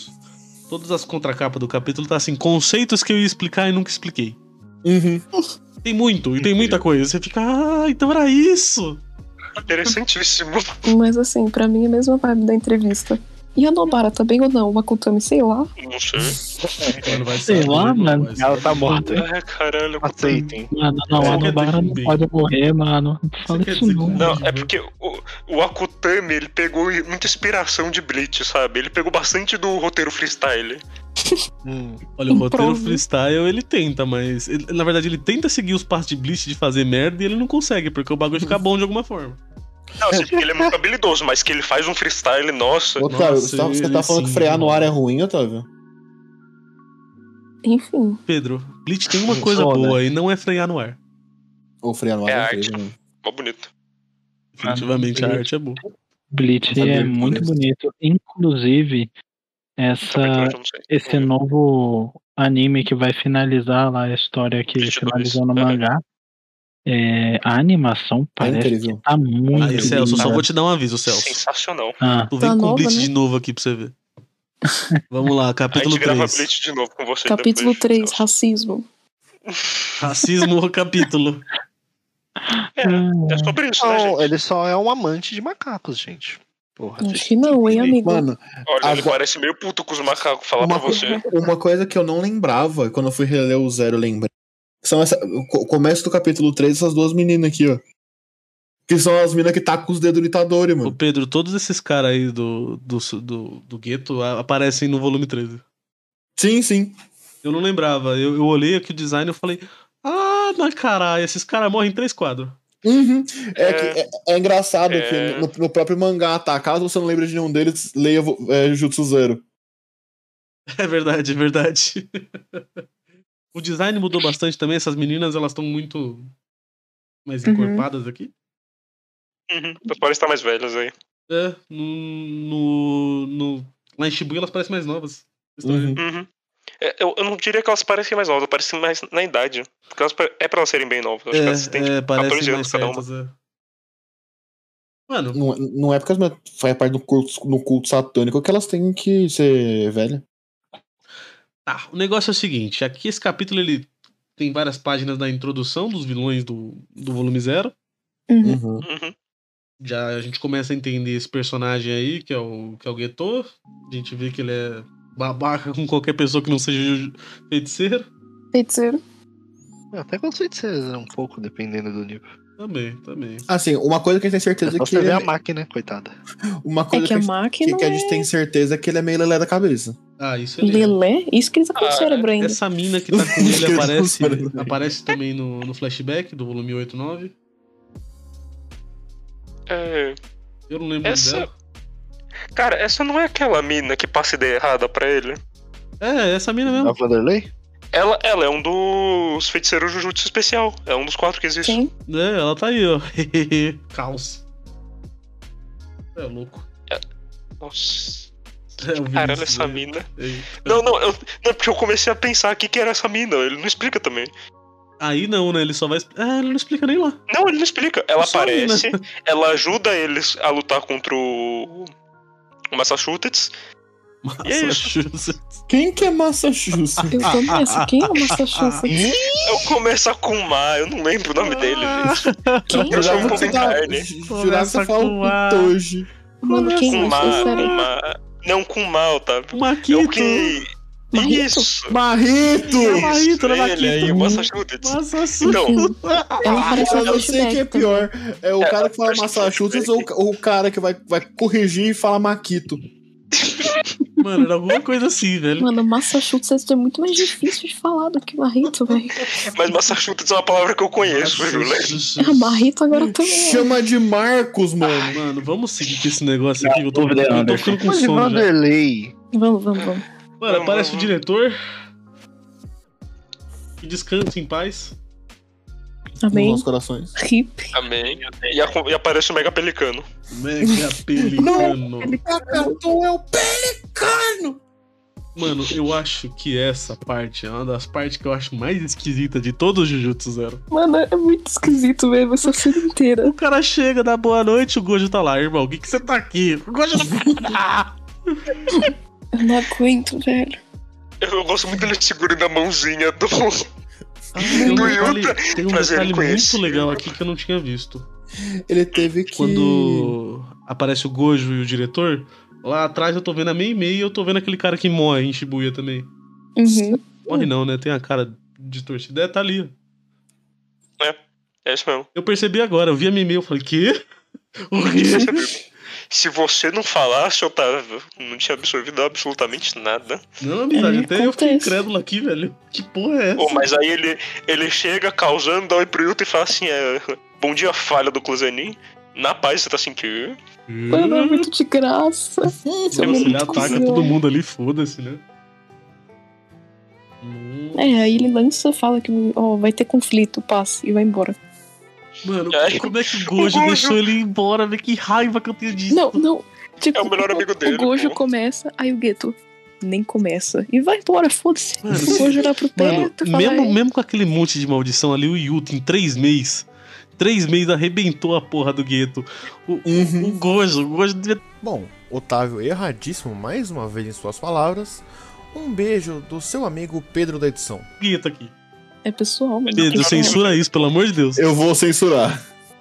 Todas as contracapas do capítulo tá assim, conceitos que eu ia explicar e nunca expliquei. Uhum. Tem muito, e tem muita coisa. Você fica, ah, então era isso. Interessantíssimo. <laughs> Mas assim, pra mim é a mesma vibe da entrevista. E a Nobara tá bem ou não? Uma Kutami, sei lá. Não sei. Mano, vai Sei saber, lá, mano, mano. vai Ela saber. tá morta. né? Ah, caralho. eu- Assim. Aceitem. Mano, não, Você a quer Nobara dizer não bem. pode morrer, mano. Não fala quer isso dizer não. que- mano. Não, é porque o, o Akutami, ele pegou muita inspiração de Bleach, sabe? Ele pegou bastante do roteiro freestyle. Hum. Olha, o roteiro Improve. freestyle ele tenta, mas. ele- na verdade, ele tenta seguir os passos de Bleach de fazer merda e ele não consegue, porque o bagulho fica bom de alguma forma. Não, assim, porque ele é muito habilidoso, mas que ele faz um freestyle, nossa. Otávio, Nossa, você tá, você ele tá falando sim, que frear no mano. ar é ruim, Otávio? Enfim. Pedro, Bleach tem uma Não coisa sou, né? boa e não é frear no ar. Ah, Ou frear no ar É é arte. incrível, né? Mó bonito. Definitivamente a arte é boa. Bleach Saber é por muito isso. bonito. Inclusive, Tá Tá, essa, Aventura, eu não sei. é esse novo anime que vai finalizar lá a história que Bleach finalizou no dois, é. mangá. é, a animação parece incrível. que tá Ah, muito. Aí, Celso, só linda. vou te dar um aviso, Celso. Sensacional. Ah, Tu vem Tá com nova, Blitz né? de novo aqui pra você <laughs> ver. Vamos lá, A capítulo gente grava 3. Bleach de novo com você. Capítulo depois, 3, Celso. racismo. <laughs> Racismo ou capítulo. É sobre isso, né, gente? Não, ele só é um amante de macacos, gente. Porra, Acho que não, hein, amigo? Mano, Olha, ele agora- parece meio puto com os macacos, falar Uma pra você. Uma coisa que eu não lembrava, quando eu fui reler o Zero, eu lembrei. São essa, o co- começo do capítulo 3, essas duas meninas aqui, ó. Que são as meninas que tacam os dedos no Itadori, Ô mano. Pedro, todos esses caras aí do, do, do, do gueto a- aparecem no volume 13. Sim, sim. Eu não lembrava. Eu, eu olhei aqui o design e eu falei. Ah, na caralho, esses caras morrem em três quadros. Uhum. É, É. que- é- é engraçado É. que no, no próprio mangá, tá? Caso você não lembre de nenhum deles, leia vo- é, Jutsu Zero. <laughs> É verdade, é verdade. o design mudou bastante também. Essas meninas, elas estão muito mais Uhum. encorpadas aqui. Uhum. Parece estar mais velhas aí. É, no, no, no- Lá em Shibuya elas parecem mais novas. Uhum. Uhum. É, eu, eu não diria que elas parecem mais novas, elas parecem mais na idade. Porque elas, pa- é pra elas serem bem novas. Acho que elas têm É, é, parecem 14 mais anos cada uma. certas. É. Mano, Não, não é porque as meninas fazem parte do culto, no culto satânico que elas têm que ser velha. tá. O negócio é o seguinte: aqui esse capítulo ele tem várias páginas da introdução dos vilões do, do volume zero. Hum. Uhum. é. Uhum. Já a gente começa a entender esse personagem aí, que é o, que é o Geto. A gente vê que ele é babaca com qualquer pessoa que não seja ju- feiticeiro. Uhum. É Feiticeiro. Eu É, até gostei de ser um pouco, dependendo do nível. Também, também. Assim, uma coisa que a gente tem É certeza só Então é que. você ver ele- a máquina, coitada. Uma É coisa que a que, a gente, máquina que a gente é tem certeza é que ele é meio lelé da cabeça. Ah, Um isso é lindo. Lelé? Isso que eles com o Ah, cérebro ainda. Essa mina que tá com ele aparece, Esqueci. aparece também no, no flashback do volume 8 9. É, Eu não lembro Essa- dela. Cara, essa não é aquela mina que passa ideia errada pra ele? É, essa mina A um Tá mesmo. Vanderlei? Ela, ela é um dos feiticeiros Jujutsu especial. É um dos quatro que existe. Sim. É, ela tá aí, ó. <laughs> Caos. É louco. Nossa. É, eu vi Caralho, isso, essa né? mina. É. Não, não, eu, não, é porque eu comecei a pensar o que, que era essa mina. Ele não explica também. Aí não, né? Ele só vai. expl- Ah, ele não explica nem lá. Não, ele não explica. Ela Só a mina. aparece, ela ajuda eles a lutar contra o o Massachusetts. E é isso. Massachusetts. Quem que é Massachusetts? Eu Ah, tô nessa. Quem é o Massachusetts? Eu começo com o Ma, eu não lembro o nome dele, gente. <laughs> Quem? Eu chamo Jurava que com você tava- carne. Jurava que Começa você com A. fala com Toji. ah, Mano, quem Com é Ma, com Massachusetts? Ma. Não, com Ma, Otávio. É o Maquito. que. Marrito? Isso! É Marrito! uma Isso, Rita, né, ele aí, Maquito? o Massachusetts. Massachusetts. Então. Ela aparece Ah, Eu no não sei o flashback. que é pior. É o É, cara que fala acho que Massachusetts ou, flashback. ou o cara que vai, vai corrigir e fala Maquito. <laughs> Mano, era alguma coisa assim, velho. Mano, Massachusetts é muito mais difícil de falar do que <laughs> Marrito, velho. Mas Massachusetts é uma palavra que eu conheço, viu, né? Ah, Marrito agora também. é. Chama de Marcos, mano. Mano, vamos seguir com esse negócio aqui. que Eu tô, dúvida é eu tô Anderson. ficando com Mas de sono já. Vanderlei. Vamos, vamos, vamos. Mano, aparece o diretor. E descansa em paz. Nos Amém. nossos corações. Tá Hip. Amém. E, a- e aparece o Mega Pelicano. Mega pelicano. Cacatu é o pelicano! Mano, eu acho que essa parte é uma das partes que eu acho mais esquisita de todo o Jujutsu Zero. Mano, é muito esquisito mesmo essa cena inteira. O cara chega, dá boa noite, o Gojo tá lá, irmão. O que que você tá aqui? O Gojo tá Eu não aguento, velho. Eu, eu gosto muito dele segurando a mãozinha do. Ah, tem um Do detalhe, Yuta. tem um Prazer em detalhe muito conhecer. legal aqui que eu não tinha visto. Ele teve que. Quando aparece o Gojo e o diretor, lá atrás eu tô vendo a Mei Mei e eu tô vendo aquele cara que morre em Shibuya também. Uhum. Morre não, né? Tem a cara de torcida. É, tá ali. ó. <laughs> É isso mesmo. Eu percebi agora, eu vi a Mei Mei, eu falei, quê? <laughs> O quê? Se você não falasse, Otávio, não tinha absorvido absolutamente nada. Não, amizade, É, até eu fiquei acontece. incrédulo aqui, velho. Que porra é essa? Pô, mas aí ele, ele chega causando, dá oi pro Yuta e fala assim: é, Bom dia, falha do Cluzenin. Na paz, você tá assim que. Mano, é muito de graça. é Nossa, muito né? ele ataca cuzão. todo mundo ali, foda-se, né? É, aí ele lança, fala que ó, vai ter conflito, passa e vai embora. Mano, É. como é que o O Gojo, Gojo- deixou ele ir embora, velho? Que raiva que eu tenho disso. Não, não. Tipo, É o melhor amigo dele, O Gojo pô. começa, aí o Gueto nem começa. E vai embora, foda-se. Mano, O Gojo lá pro Mano, teto. fala, mesmo, "É, mesmo com aquele monte de maldição ali, o Yuta em três meses. Três meses arrebentou a porra do gueto. O, Uhum. o Gojo, o Gojo devia. Bom, Otávio erradíssimo mais uma vez em suas palavras. Um beijo do seu amigo Pedro da edição. um Gueto aqui. É pessoal, mano. Pedro, censura isso, pelo amor de Deus. Eu vou censurar.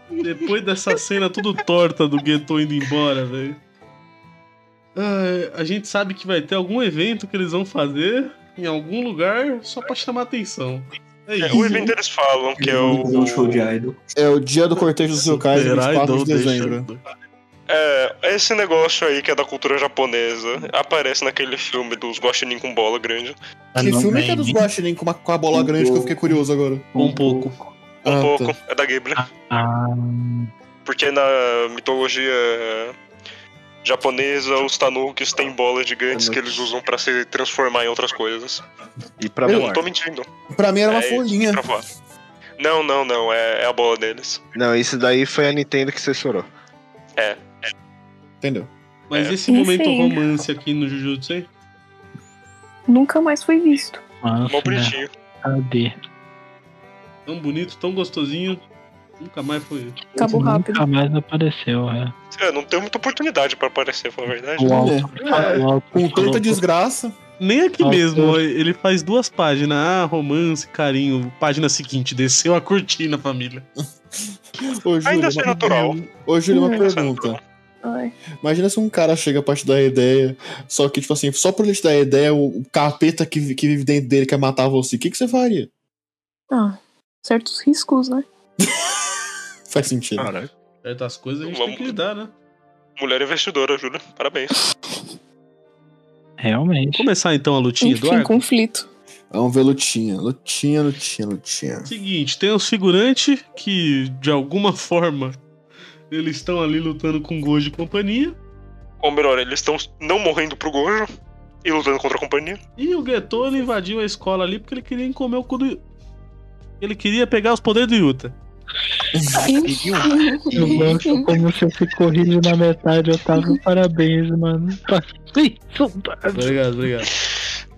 Depois dessa cena tudo torta do Gueto indo embora, velho. Ah, a gente sabe que vai ter algum evento que eles vão fazer em algum lugar só pra chamar atenção. É É, o isso. evento eles falam que é Fazer um show de o. idol. É o dia do cortejo do seu Kai, Herói 24 de não deixa- dezembro. É, esse negócio aí que é da cultura japonesa. Aparece naquele filme dos Guaxinim com bola grande. Que filme que é dos Guaxinim com, uma- com a bola grande que eu fiquei curioso agora? Um pouco. Um Ah, pouco, tá. é da Ghibli. Ah, Porque na mitologia japonesa, os tanukis têm bolas gigantes que eles usam pra se transformar em outras coisas. E pra Eu voar. não tô mentindo. Pra mim era uma É, folhinha. pra voar. Não, não, não. É, é a bola deles. Não, isso daí foi a Nintendo que censurou. Entendeu? Mas É. esse momento Enfim. romance aqui no Jujutsu, é hein? Nunca mais foi visto. Mó nossa, né? bonitinho. Cadê? Tão bonito, tão gostosinho. Nunca mais foi. Acabou rápido. Nunca mais apareceu, é. É, não tem muita oportunidade pra aparecer, pra falar a verdade. O alto. É. o alto Com falou, tanta desgraça. Nem aqui Nossa. mesmo, ó, ele faz duas páginas. Ah, romance, carinho. Página seguinte, desceu a cortina, família. Ô, Júlio, Ainda assim é uma- natural. Ô, Júlio, uma Hum. pergunta. Ai. Imagina se um cara chega pra te dar ideia, só que, tipo assim, só por ele te dar ideia, o o capeta que, vi- que vive dentro dele quer matar você. O que, que você faria? Ah, certos riscos, né? Faz sentido. Caralho. Certas coisas a gente Vamos. tem que lidar, né? Mulher investidora, Júlia. Parabéns. Realmente. Começar então a lutinha do Enfim, arco. conflito. Vamos ver lutinha. É um Lutinha, lutinha, lutinha. Seguinte, tem os figurantes que, de alguma forma, eles estão ali lutando com Gojo e companhia. Ou melhor, eles estão não morrendo pro Gojo. E lutando contra a companhia. E o Gettone invadiu a escola ali porque ele queria comer o cu do. Yu- Ele queria pegar os poderes do Yuta. <laughs> Eu gosto como você se corrige na metade, Otávio. Parabéns, mano. Obrigado, obrigado.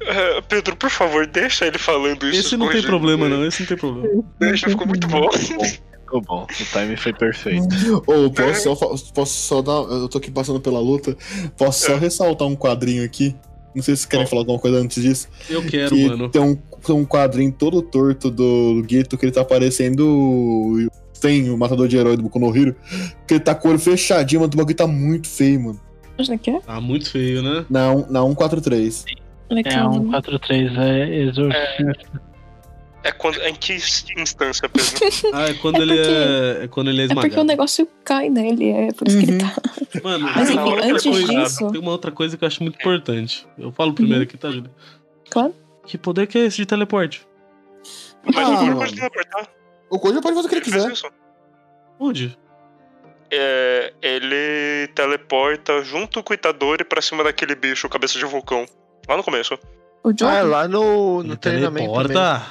Ah, <laughs> Pedro, por favor, deixa ele falando isso. Esse não tem corrigindo. problema, não. Esse não tem problema. Deixa, ficou muito bom. Ficou bom, o time foi perfeito. Ou posso, só, fa- posso só dar. Eu tô aqui passando pela luta. Posso só ressaltar um quadrinho aqui. Não sei se vocês querem falar alguma coisa antes disso. Eu quero, que mano. Tem um, tem um quadrinho todo torto do Gueto que ele tá parecendo. o- Tem o matador de herói do Boku no Hero. Que ele tá com o olho fechadinho, mano. O bagulho tá muito feio, mano. Onde é que é? Tá muito feio, né? Na, um- na 143. Olha aqui, É, um né? 4-3 é exorcismo. É quando, em que instância, Pedro? <laughs> Ah, é quando É ele é. porque- É quando ele é É porque o esmagado. negócio cai nele, é por isso que ele tá. Mano, Mas, tem uma enfim, outra antes coisa- disso- Tem uma outra coisa que eu acho muito importante. Eu falo primeiro aqui, tá, Júlio? Claro. Que poder que é esse de teleporte? Mas Ah, o Goro mano. pode teleportar. O Gojo pode fazer o que ele quiser. Wilson. Onde? É, ele teleporta junto com o Itadori pra cima daquele bicho, cabeça de vulcão. Lá no começo. O John Ah, é lá no, no Ele treinamento. mesmo. Teleporta.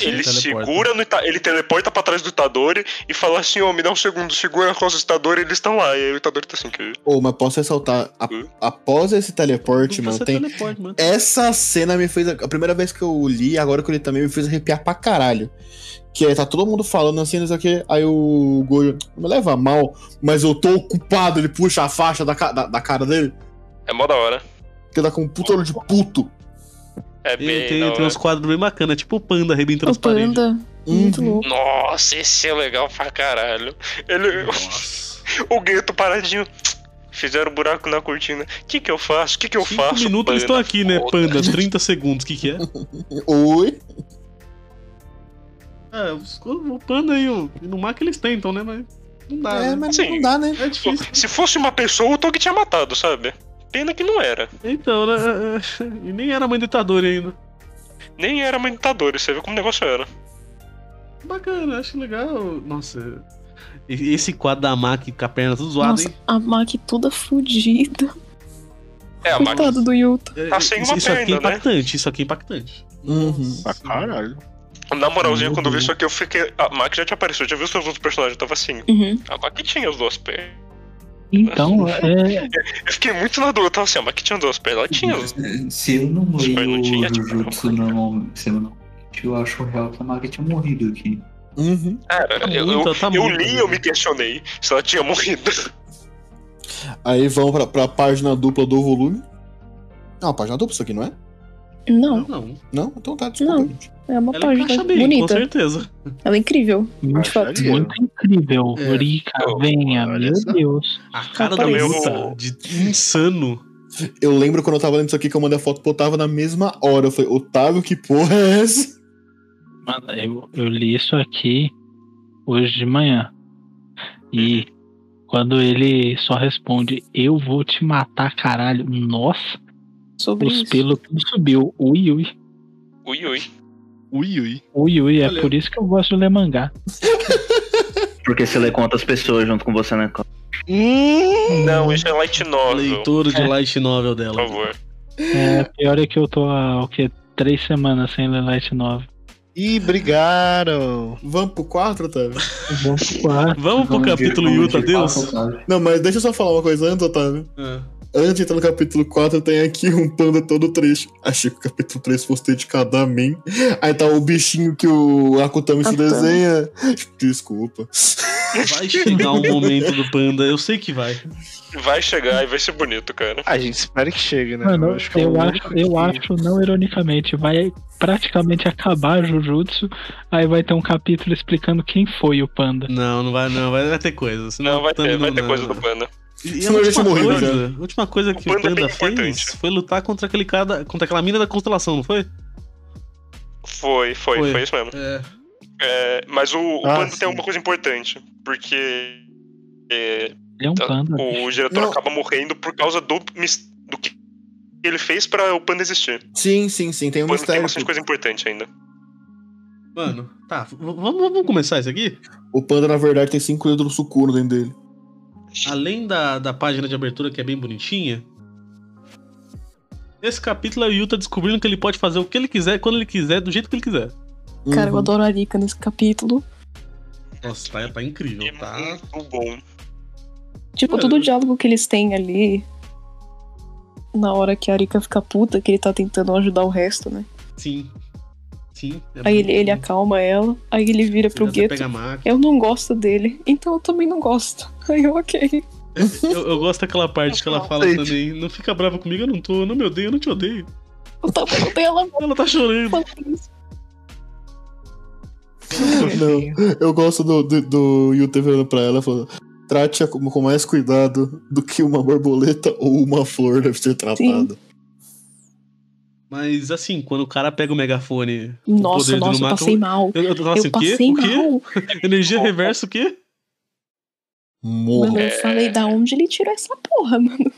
ele teleporta. segura no Ita- Ele teleporta pra trás do Itadori e fala assim, ó, me dá um segundo, segura a costas do Itadori eles estão lá. E aí o Itadori tá assim, que... Ou, mas posso ressaltar, a- após esse teleporte, Não mano, precisa tem. teleporte, mano. Essa cena me fez. A primeira vez que eu li, agora que eu li também, me fez arrepiar pra caralho. Que é, tá todo mundo falando assim, não sei o quê. Aí o Gojo não me leva a mal, mas eu tô ocupado. Ele puxa a faixa da, ca- da, da cara dele, É mó da hora. que tá com um puto olho de puto. É E bem tem, da tem hora. uns quadros bem bacanas, tipo o Panda arrebentando as o paredes. Panda. Muito Uhum. louco. Nossa, esse é legal pra caralho. Ele... <laughs> Nossa. O gueto paradinho. Fizeram um buraco na cortina. O que que eu faço? O que que eu Cinco faço? minutos eles Panda? estão aqui, né? Foda. Panda, 30 segundos, o que que é? Oi? É, os- o Panda e o, e no Mac eles tentam, né? Mas não dá, É, né? mas Sim. não dá, né? É difícil. Se fosse uma pessoa, o Tog tinha matado, sabe? Pena que não era. Então, né? <laughs> E nem era mãe ditadora ainda. Nem era manitador, você vê como o negócio era. Bacana, acho legal. Nossa. e- Esse quadro da Mac com a perna tudo zoada, Nossa, hein? a Mac toda fudida. É, a máquina. Coitado do Yuta. É, tá sem isso, uma isso aqui é perna, né? tá. impactante, isso aqui é impactante. Uhum. Ah, caralho. Na moralzinha, quando eu vi isso aqui, eu fiquei. A Mac já tinha aparecido, já viu os seus outros personagens, eu tava assim. Uhum. A Mac tinha as duas pernas. Então, é, Eu fiquei muito na dúvida, eu tava assim, a Mac tinha duas pernas, ela tinha. as- É, Se eu não Mas leio não tinha, o tipo, Jujutsu normalmente, semanalmente, eu acho real que a Maga tinha morrido aqui. Uhum. Cara, Tá eu, muito, eu, tá eu muito, li e eu me questionei se ela tinha morrido. Aí vão pra, pra página dupla do volume. Não, página dupla isso aqui, não é? Não, Não, Não? Então tá, desculpa. Não. gente. é uma ela encaixa página bem, com bonita. certeza. Ela é incrível. De fato. Acharia. muito incrível. É. Rica, Eu- venha, olha meu só. Deus. A cara da Também eu Yuta, vou- de insano. Eu lembro quando eu tava lendo isso aqui que eu mandei a foto pro Otávio na mesma hora. Eu falei, Otávio, que porra é essa? Mano, eu, eu li isso aqui hoje de manhã. E quando ele só responde, eu vou te matar, caralho. Nossa, Sobre os isso. pelos tudo subiu. Ui, ui. Ui, ui. Ui, ui. Ui, ui, é Olha. por isso que eu gosto de ler mangá. Porque você lê com outras pessoas junto com você né? na cola. Não, isso é light novel. Leitura de É. light novel Por dela. favor. É, pior é que eu tô há o quê? Três semanas sem ler Light 9. Ih, brigaram. Vamos pro quarto, Otávio? Vamos pro quarto. Vamos pro capítulo Yuta, Deus. Ah, Não, mas deixa eu só falar uma coisa antes, Otávio. Antes de entrar no capítulo 4, tem aqui um panda todo trecho. Achei que o capítulo 3 fosse dedicado a mim. Aí tá o bichinho que o Akutami se Akutami. desenha. Desculpa. Vai chegar o momento do panda, eu sei que vai. Vai chegar e vai ser bonito, cara. A gente espera que chegue, né? Mano, eu acho acho, que é eu um- acho, não ironicamente, vai praticamente acabar Jujutsu, aí vai ter um capítulo explicando quem foi o panda. Não, não vai, não, vai, vai ter coisa. senão tá Não, vai também ter, vai não- ter não, coisa não. do Panda. E a Senão eu já última, tinha morrido, coisa, né? a última coisa que o Panda Panda, é bem fez importante. foi lutar contra aquele cara, da- contra aquela mina da constelação, não foi? Foi, foi, Foi. foi, isso mesmo. É. É, mas o, o Ah, Panda sim. tem uma coisa importante, porque é, Ele é um Tá. panda. o diretor Não. acaba morrendo por causa do, mis- do que ele fez pra o Panda existir. Sim, sim, sim. Tem um O Panda tem mistério. bastante coisa importante ainda. Mano, tá, v- vamos, vamos começar isso aqui? O panda, na verdade, tem cinco dedos do Sukuna dentro dele. Ah, Além da, da página de abertura que é bem bonitinha, Nesse capítulo é o Yuta descobrindo que ele pode fazer o que ele quiser, quando ele quiser, do jeito que ele quiser. Hum, Cara, eu adoro a Arika nesse capítulo. Nossa, tá, tá incrível, É tá? muito bom. Tipo, É. todo o diálogo que eles têm ali. Na hora que a Arika fica puta, que ele tá tentando ajudar o resto, né? Sim. Sim. é Aí muito ele, ele bom. acalma ela, aí ele vira pro Ele até gueto. pega a máquina. Eu não gosto dele, então eu também não gosto. <laughs> Aí eu, ok. Eu, eu gosto daquela parte que ela fala Gente. também. Não fica brava comigo, eu não tô. eu Não me odeio, eu não te odeio. Eu também não tenho ela Ela tá chorando. falando isso. Não, é eu gosto do, do, do Yuta virando pra ela e falando. Trate-a com, com mais cuidado do que uma borboleta ou uma flor deve ser tratada. Mas assim, quando o cara pega o megafone. Nossa, poder do nossa, eu Numata- passei mal. Eu, eu tava assim, eu o quê? passei o quê? mal. Energia reversa, o quê? Morra. Mano, eu falei, da onde ele tirou essa porra, <laughs> mano?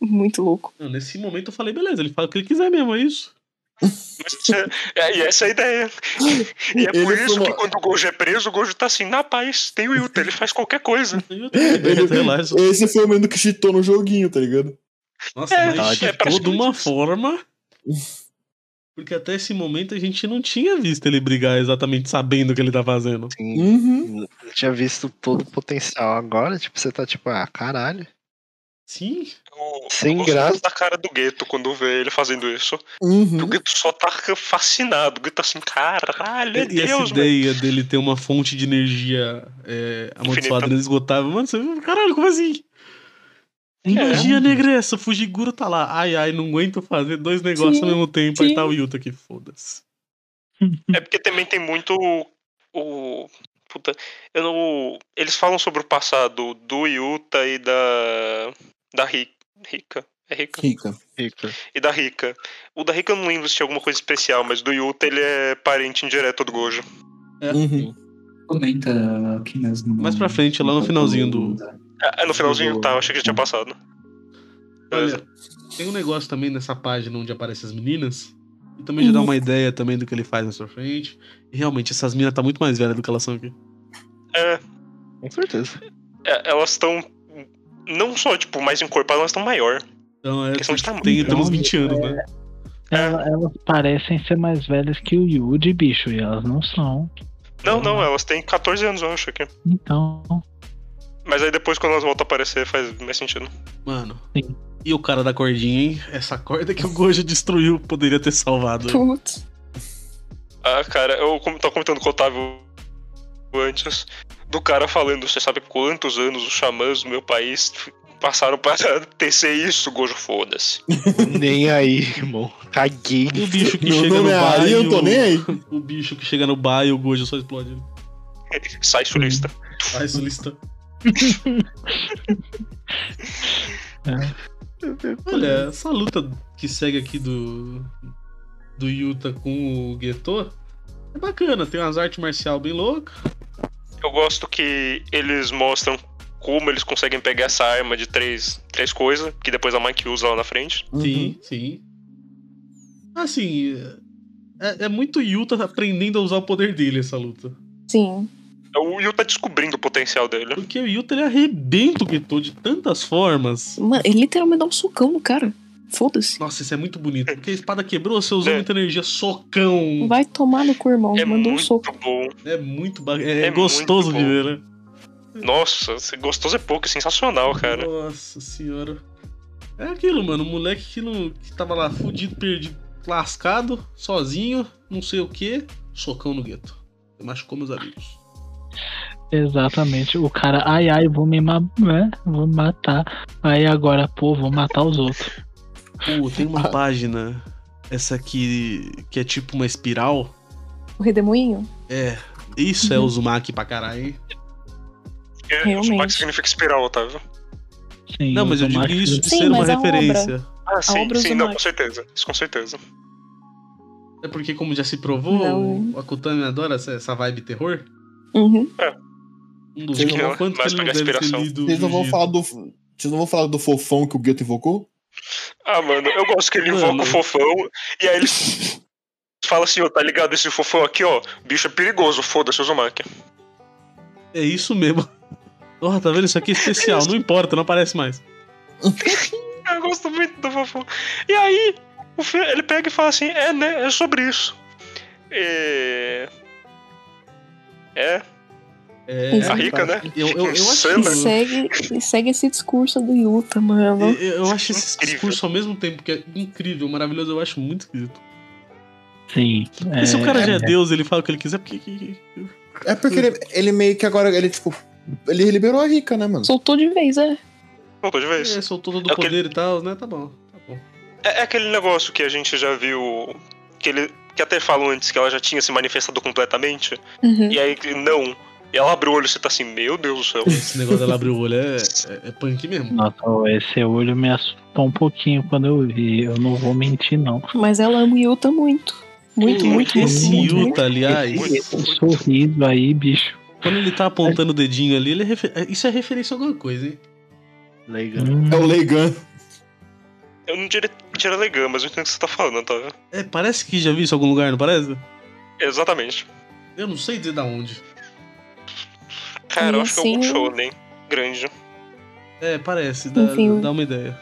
Muito louco. Não, nesse momento eu falei, beleza, ele fala o que ele quiser mesmo, é isso. Mas <laughs> isso é- é, e essa é a ideia. E é Ele por isso falou- que quando o Gojo é preso, o Gojo tá assim, na paz, tem o Yuta, ele faz qualquer coisa. Eu tô <laughs> liberto, relaxa. É, Esse foi o menino que cheatou no joguinho, tá ligado? Nossa, É, mas é ficou de praticamente uma isso. <laughs> forma. Porque até esse momento a gente não tinha visto ele brigar exatamente sabendo o que ele tá fazendo. Sim, Uhum. eu tinha visto todo o potencial agora, tipo, você tá tipo, ah, caralho. Sim. Eu- eu Sem gosto graça. da cara do Gueto quando vê ele fazendo isso. O Uhum. Gueto só tá fascinado. O Gueto tá assim, caralho, é E, e essa Deus, velho. ideia dele ter uma fonte de energia é, amaldiçoada Infinita. inesgotável, mano, você, caralho, como assim? É. Energia negra é essa, o Fujiguro tá lá. Ai, ai, não aguento fazer dois negócios ao mesmo tempo. Aí sim. tá o Yuta aqui, foda-se. É porque também tem muito o- o. Puta, eu não. Eles falam sobre o passado do Yuta e da. Da Ri- Rika. É Rika? Rica. Rico. E da Rika. O da Rika eu não lembro se tinha alguma coisa especial, mas do Yuta ele é parente indireto do Gojo. É. Uhum. Comenta aqui mesmo. Mais pra frente, lá no finalzinho do- É, é no finalzinho tá, eu achei que já tinha passado. Beleza. Olha, tem um negócio também nessa página onde aparecem as meninas. E também já dá Uhum. uma ideia também do que ele faz na sua frente. E realmente, essas meninas tá muito mais velhas do que elas são aqui. É, Com certeza. é, elas estão. Não só, tipo, mais encorpadas, elas estão maior. Então é. Questão de tamanho. É. Tem, tem uns 20 anos, né? Ela- elas parecem ser mais velhas que o Yuji, bicho, e elas não são. Uhum. Não, não, é elas têm 14 anos, eu acho aqui. Então, Mas aí depois, quando elas voltam a aparecer, faz mais sentido. Mano. Sim. E o cara da cordinha, hein? Essa corda que o Gojo destruiu poderia ter salvado. Putz. Ah, cara, eu como- tava comentando com o Otávio antes, do cara falando, você sabe quantos anos os xamãs do meu país f- passaram para <laughs> tecer isso, Gojo, foda-se. Nem aí, irmão. Caguei. E o bicho que Meu chega no nome é bar. Ari, e eu tô o- nem aí. O bicho que chega no bar e o Gojo só explode. ele. Sai sulista. Ai, solista. Olha, essa luta que segue aqui do. Do Yuta com o Geto é bacana, tem umas artes marcial bem loucas. Eu gosto que eles mostram como eles conseguem pegar essa arma de três, três coisas, que depois a Mike usa lá na frente. Uhum. Sim, sim. Assim, é, é muito Yuta aprendendo a usar o poder dele essa luta. Sim. O Yu tá descobrindo o potencial dele. Porque o Yuta ele arrebenta o Geto de tantas formas. Mano, ele literalmente dá um socão no cara. Foda-se. Nossa, isso é muito bonito. Porque a espada quebrou, você usou É. muita energia, socão. Vai tomar no cu, irmão. É Mandou um muito soco. bom. É muito ba... é, É gostoso de muito bom. ver, né? Nossa, esse gostoso é pouco, é sensacional, cara. Nossa senhora. É aquilo, mano. O moleque que, não, que tava lá fudido, perdido, lascado, sozinho, não sei o que, socão no gueto. Machucou meus amigos. Exatamente, o cara, ai ai, vou me, ma né? vou me matar. Aí agora, pô, vou matar os outros. Pô, tem <laughs> uma página, essa aqui, que é tipo uma espiral. O redemoinho? É, isso Uhum. é Uzumaki pra caralho, hein? Porque Realmente. Uzumaki É, significa espiral, Otávio. Sim, Não, mas eu digo automático. isso de Uhum, Sim, ser uma mas a obra. referência. Ah, sim, obra sim, não, Uzumaki. com certeza. Isso com certeza. É porque, como já se provou, Não. o Akutami adora essa, essa vibe terror. Um Uhum. Não duvido Vocês não vão- quanto que mas ele não pegar deve ter inspiração. lido. Vocês não vão Jujutsu. falar do. Vocês não vão falar do fofão que o Gueto invocou? Ah, mano, eu gosto que ele invoca Mano. o fofão e aí ele fala assim, ó, tá ligado esse fofão aqui, ó, bicho é perigoso, foda-se Uzumaki. É <laughs> isso mesmo. Porra, tá vendo? Isso aqui é especial, não importa, não aparece mais. Ah, eu gosto muito do Fofão. E aí, o fi- ele pega e fala assim: é, né? É sobre isso. É. É, É, a rica, né? Eu, eu, eu acho Insana. E segue, e segue esse discurso do Yuta, mano. Eu, eu acho esse Incrível. discurso ao mesmo tempo que é incrível, maravilhoso, eu acho muito esquisito. Sim. e se o cara é- já é Deus, ele fala o que ele quiser, por que. que- que- É porque ele, ele meio que agora, ele, tipo, ele liberou a rica, né, mano? Soltou de vez, é. voltou de vez. É, soltou todo É o o que- poder e tal, né? Tá bom. Tá bom. É, é aquele negócio que a gente já viu. Que, ele, que até falam antes que ela já tinha se manifestado completamente. Uhum. E aí, que não. E ela abre o olho e você tá assim, meu Deus do céu. Esse negócio dela abrir o olho é, é, é punk mesmo. Nossa, esse olho me assustou um pouquinho quando eu vi. Eu não vou mentir, não. Mas ela ama o Yuta muito. Muito, muito, muito. Esse muito, muito. Yuta, aliás, Muito, Esse muito. um sorriso aí, bicho. quando ele tá apontando o dedinho ali, ele é refer- é, isso é referência a alguma coisa, hein? Tá Legal. Hum, É o Leigan. Eu não diria, diria legal, mas eu entendo o que você tá falando, tá vendo? É, parece que já vi isso em algum lugar, não parece? Exatamente. Eu não sei dizer da onde. Cara, eu E acho que é assim- algum show, né? Grande. É, parece, dá, Enfim. dá uma ideia.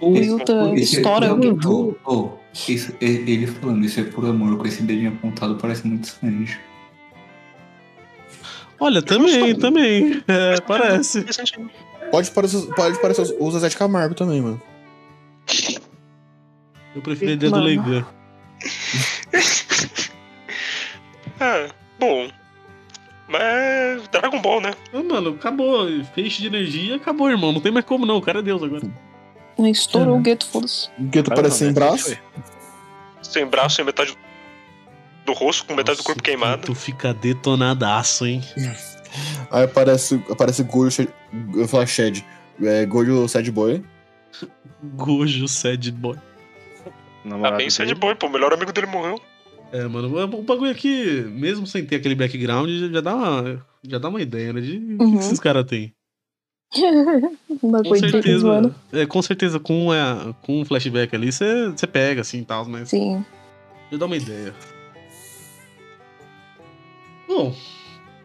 O Yuta Esse- estoura alguém. Oh, oh, isso, e- ele falando isso é por amor, com esse dedinho apontado parece muito estranho. Olha, também, também. É, parece. Pode parecer, pode parecer o Zezé de Camargo também, mano. Eu prefiro a ideia do Mano. Leigan. É, bom. Mas. Dragon Ball, né? Ah, mano, acabou. Peixe de energia, acabou, irmão. Não tem mais como, não. O cara é Deus agora. Estourou o gueto, foda-se. Gueto parece é sem braço. Sem braço, sem metade do rosto, com metade do corpo queimado. Tu fica detonadaço, hein? Aí aparece, aparece Gojo. Shed- Eu ia falar Shed. É, Gojo Sad Boy. Gojo, sad boy. Tá Namorado bem, isso é de dele. boa, pô. O melhor amigo dele morreu. É, mano, o bagulho aqui, mesmo sem ter aquele background, já dá uma, já dá uma ideia, né? De o que Uhum. que esses caras têm. Um Com bagulho de zoando. certeza. É, com certeza, com, é, com um flashback ali, você pega, assim, e tal, mas Sim. já dá uma ideia. Bom,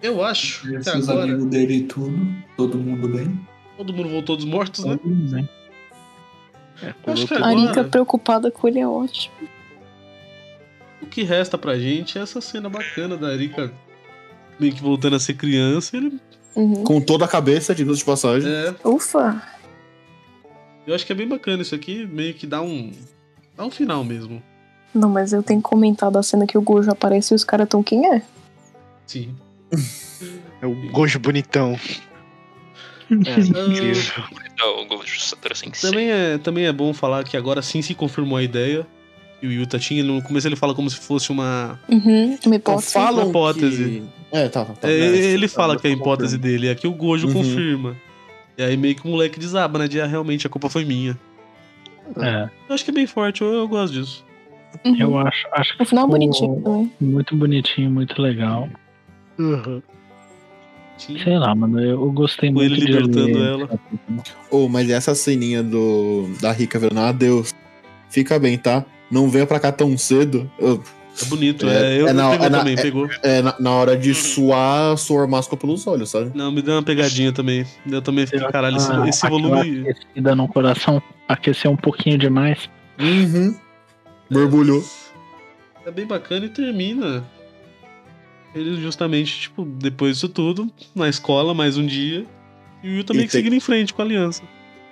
eu acho que Seus agora amigos dele e tudo, todo mundo bem. todo mundo voltou dos mortos, né? né? Eu acho que A Rika agora preocupada com ele é ótimo. o que resta pra gente é essa cena bacana da Erika meio que voltando a ser criança. Ele, Uhum. Com toda a cabeça, de de passagem. é, Ufa! eu acho que é bem bacana isso aqui, meio que dá um, dá um final mesmo. Não, mas eu tenho que comentar da cena que o Gojo aparece e os caras tão quem é? Sim. É o Gojo bonitão. É, <laughs> né? Ah, Incrível. Não, É o Gojo Satoru Sensei. Também é, também é bom falar que agora sim se confirmou a ideia que o Yuta tinha. Ele, no começo ele fala como se fosse uma. Uhum. Uma Então hipótese. falam Uma hipótese. que- É, tá. tá É, né? ele fala Tá, que é a tá hipótese confirmado. dele, é que o Gojo Uhum. confirma. E aí meio que o moleque desaba, né? De ah, realmente a culpa foi minha. <laughs> É, Eu acho que é bem forte, eu, eu gosto disso. Uhum. eu acho, acho que O final é ficou bonitinho também. Muito bonitinho, muito legal. Uhum. Sim. Sei lá, mano, eu eu gostei Com muito ele de libertando ler. ela. Ô, mas essa ceninha do, da Rica virando adeus. Fica bem, tá? Não venha pra cá tão cedo. Eu- É bonito, é. É, eu é na- pegou é na- também, é- pegou. é, na, na hora de suar, suar máscara pelos olhos, sabe? Não, me deu uma pegadinha também. Eu também fiquei, caralho, esse, Ah, esse aquela volume. Aquecida no coração, aqueceu um pouquinho demais. Uhum. Mergulhou. É bem bacana e termina. Ele justamente, tipo, depois disso tudo, na escola, mais um dia. E o Yu também E que tem- seguindo em frente com a aliança.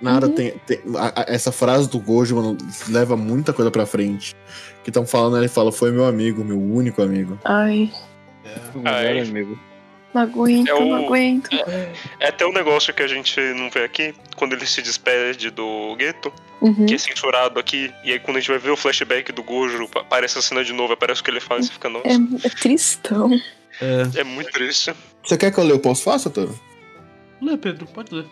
Nada Uhum. tem. tem- a- a- essa frase do Gojo, mano, leva muita coisa pra frente. Que estão falando, ele fala, foi meu amigo, meu único amigo. Ai, O Ai. melhor amigo. não aguento, É o- não aguento. É até um negócio que a gente não vê aqui, quando ele se despede do gueto, Uhum. que é censurado aqui, e aí quando a gente vai ver o flashback do Gojo, pa- aparece a cena de novo, aparece o que ele faz e fica, nossa, É, é tristão. É. é, muito triste. Você quer que eu leia o pós-fácil, Otávio? Lê, Pedro, pode ler.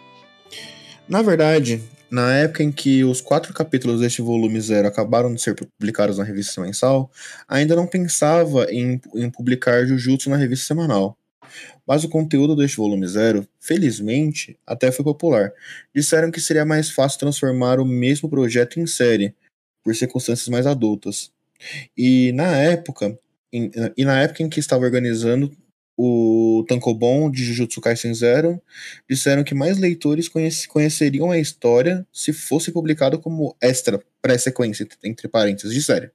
Na verdade, na época em que os quatro capítulos deste volume zero acabaram de ser publicados na revista mensal, ainda não pensava em, em publicar Jujutsu na revista semanal. Mas o conteúdo deste volume zero, felizmente, até foi popular. Disseram que seria mais fácil transformar o mesmo projeto em série, por circunstâncias mais adultas. E na época, em- e na época em que estava organizando o Tankobon de Jujutsu Kaisen Zero disseram que mais leitores conhece- conheceriam a história se fosse publicado como extra, pré-sequência, entre parênteses, de série.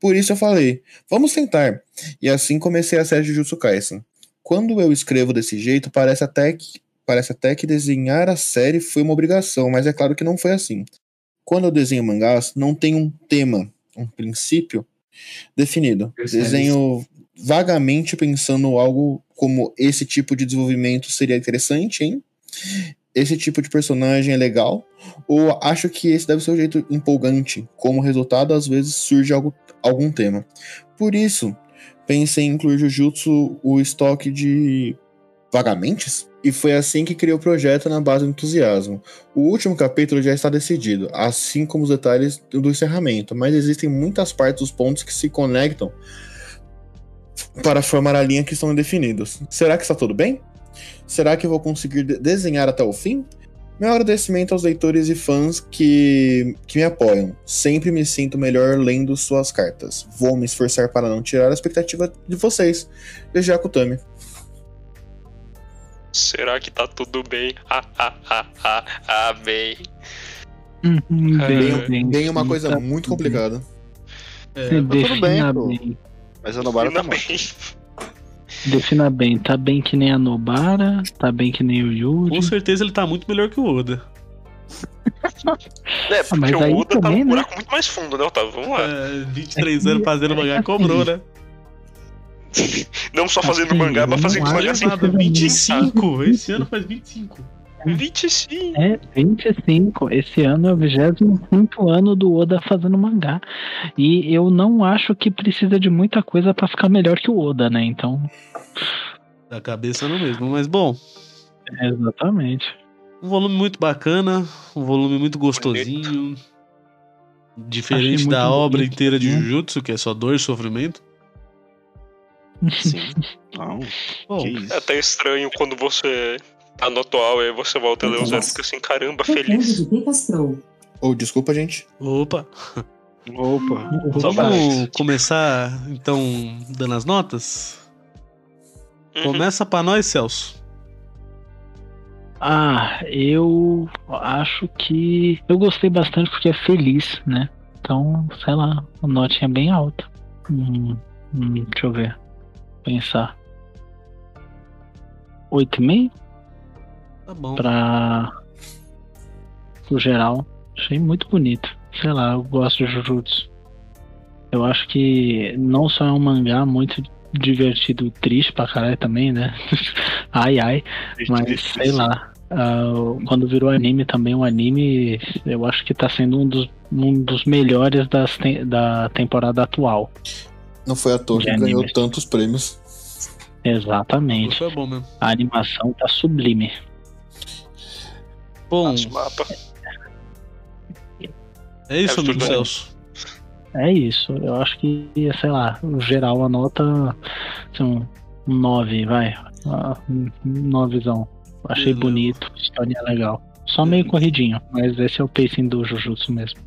Por isso eu falei, vamos tentar. E assim comecei a série Jujutsu Kaisen. Quando eu escrevo desse jeito, parece até que, parece até que desenhar a série foi uma obrigação, mas é claro que não foi assim. Quando eu desenho mangás, não tem um tema, um princípio definido. Percebe isso. Desenho vagamente pensando algo como esse tipo de desenvolvimento seria interessante, hein? Esse tipo de personagem é legal, ou acho que esse deve ser o jeito empolgante. Como resultado, às vezes surge algo, algum tema. Por isso, pensei em incluir Jujutsu o estoque de vagamentes, e foi assim que criei o projeto na base do entusiasmo. O último capítulo já está decidido, assim como os detalhes do encerramento, mas existem muitas partes dos pontos que se conectam para formar a linha que estão indefinidos. Será que está tudo bem? Será que eu vou conseguir de- desenhar até o fim? Meu agradecimento aos leitores e fãs que, que me apoiam. Sempre me sinto melhor lendo suas cartas. Vou me esforçar para não tirar a expectativa de vocês. Desde Akutami. Será que tá tudo bem? Ah, ah, ah, ah, amém. Hum, é Bem, bem, Tem uma sim, coisa tá muito tudo bem. complicada. É, Você tudo Defina bem, pô. bem, Mas a Nobara tá Ainda morta. bem. defina bem. Tá bem que nem a Nobara, tá bem que nem o Yuri. Com certeza ele tá muito melhor que o Oda. <laughs> É, porque Ah, mas aí o Oda tá também, num né? buraco muito mais fundo, né, Otávio? Vamos lá. É, 23 anos fazendo mangá, cobrou, né? Não só fazendo Assim, mangá, mas não fazendo acho mangá sem nada. né? Elevado, 25! Esse ano faz 25. 25. É, 25. Esse ano é o 25 ano do Oda fazendo mangá. E eu não acho que precisa de muita coisa pra ficar melhor que o Oda, né? Então, Da cabeça não mesmo, mas bom. é, exatamente. Um volume muito bacana, um volume muito gostosinho. Achei Diferente muito da obra bonito, inteira de né? Jujutsu, que é só dor e sofrimento. Sim. Não, Bom, que isso. É até estranho quando você tá no atual e aí você volta a ler o zero e fica assim, caramba, feliz. Ou desculpa, gente. opa. Opa. Vamos começar, então, dando as notas? Uhum. Começa pra nós, Celso. <laughs> Ah, eu acho que. Eu gostei bastante porque é feliz, né? Então, sei lá, uma notinha é bem alta. Hum, hum, deixa eu ver. Pensar. 8,5 Tá bom. pra. pro geral. Achei muito bonito. Sei lá, eu gosto de Jujutsu. Eu acho que não só é um mangá muito divertido, triste pra caralho também, né? <laughs> ai ai. Mas é sei lá. ah, quando virou anime também, o anime eu acho que tá sendo um dos, um dos melhores das tem- da temporada atual. Não foi à toa que De anime. ganhou tantos prêmios. Exatamente. Foi bom mesmo. A animação tá sublime. Bom, Nosso mapa. é isso, é amigo tudo bem. Celso. É isso. Eu acho que, sei lá, no geral a nota são um 9, vai. Ah, um Novezão. Achei Beleza. bonito, história é legal. Só meio Beleza. corridinho, mas esse é o pacing do Jujutsu mesmo.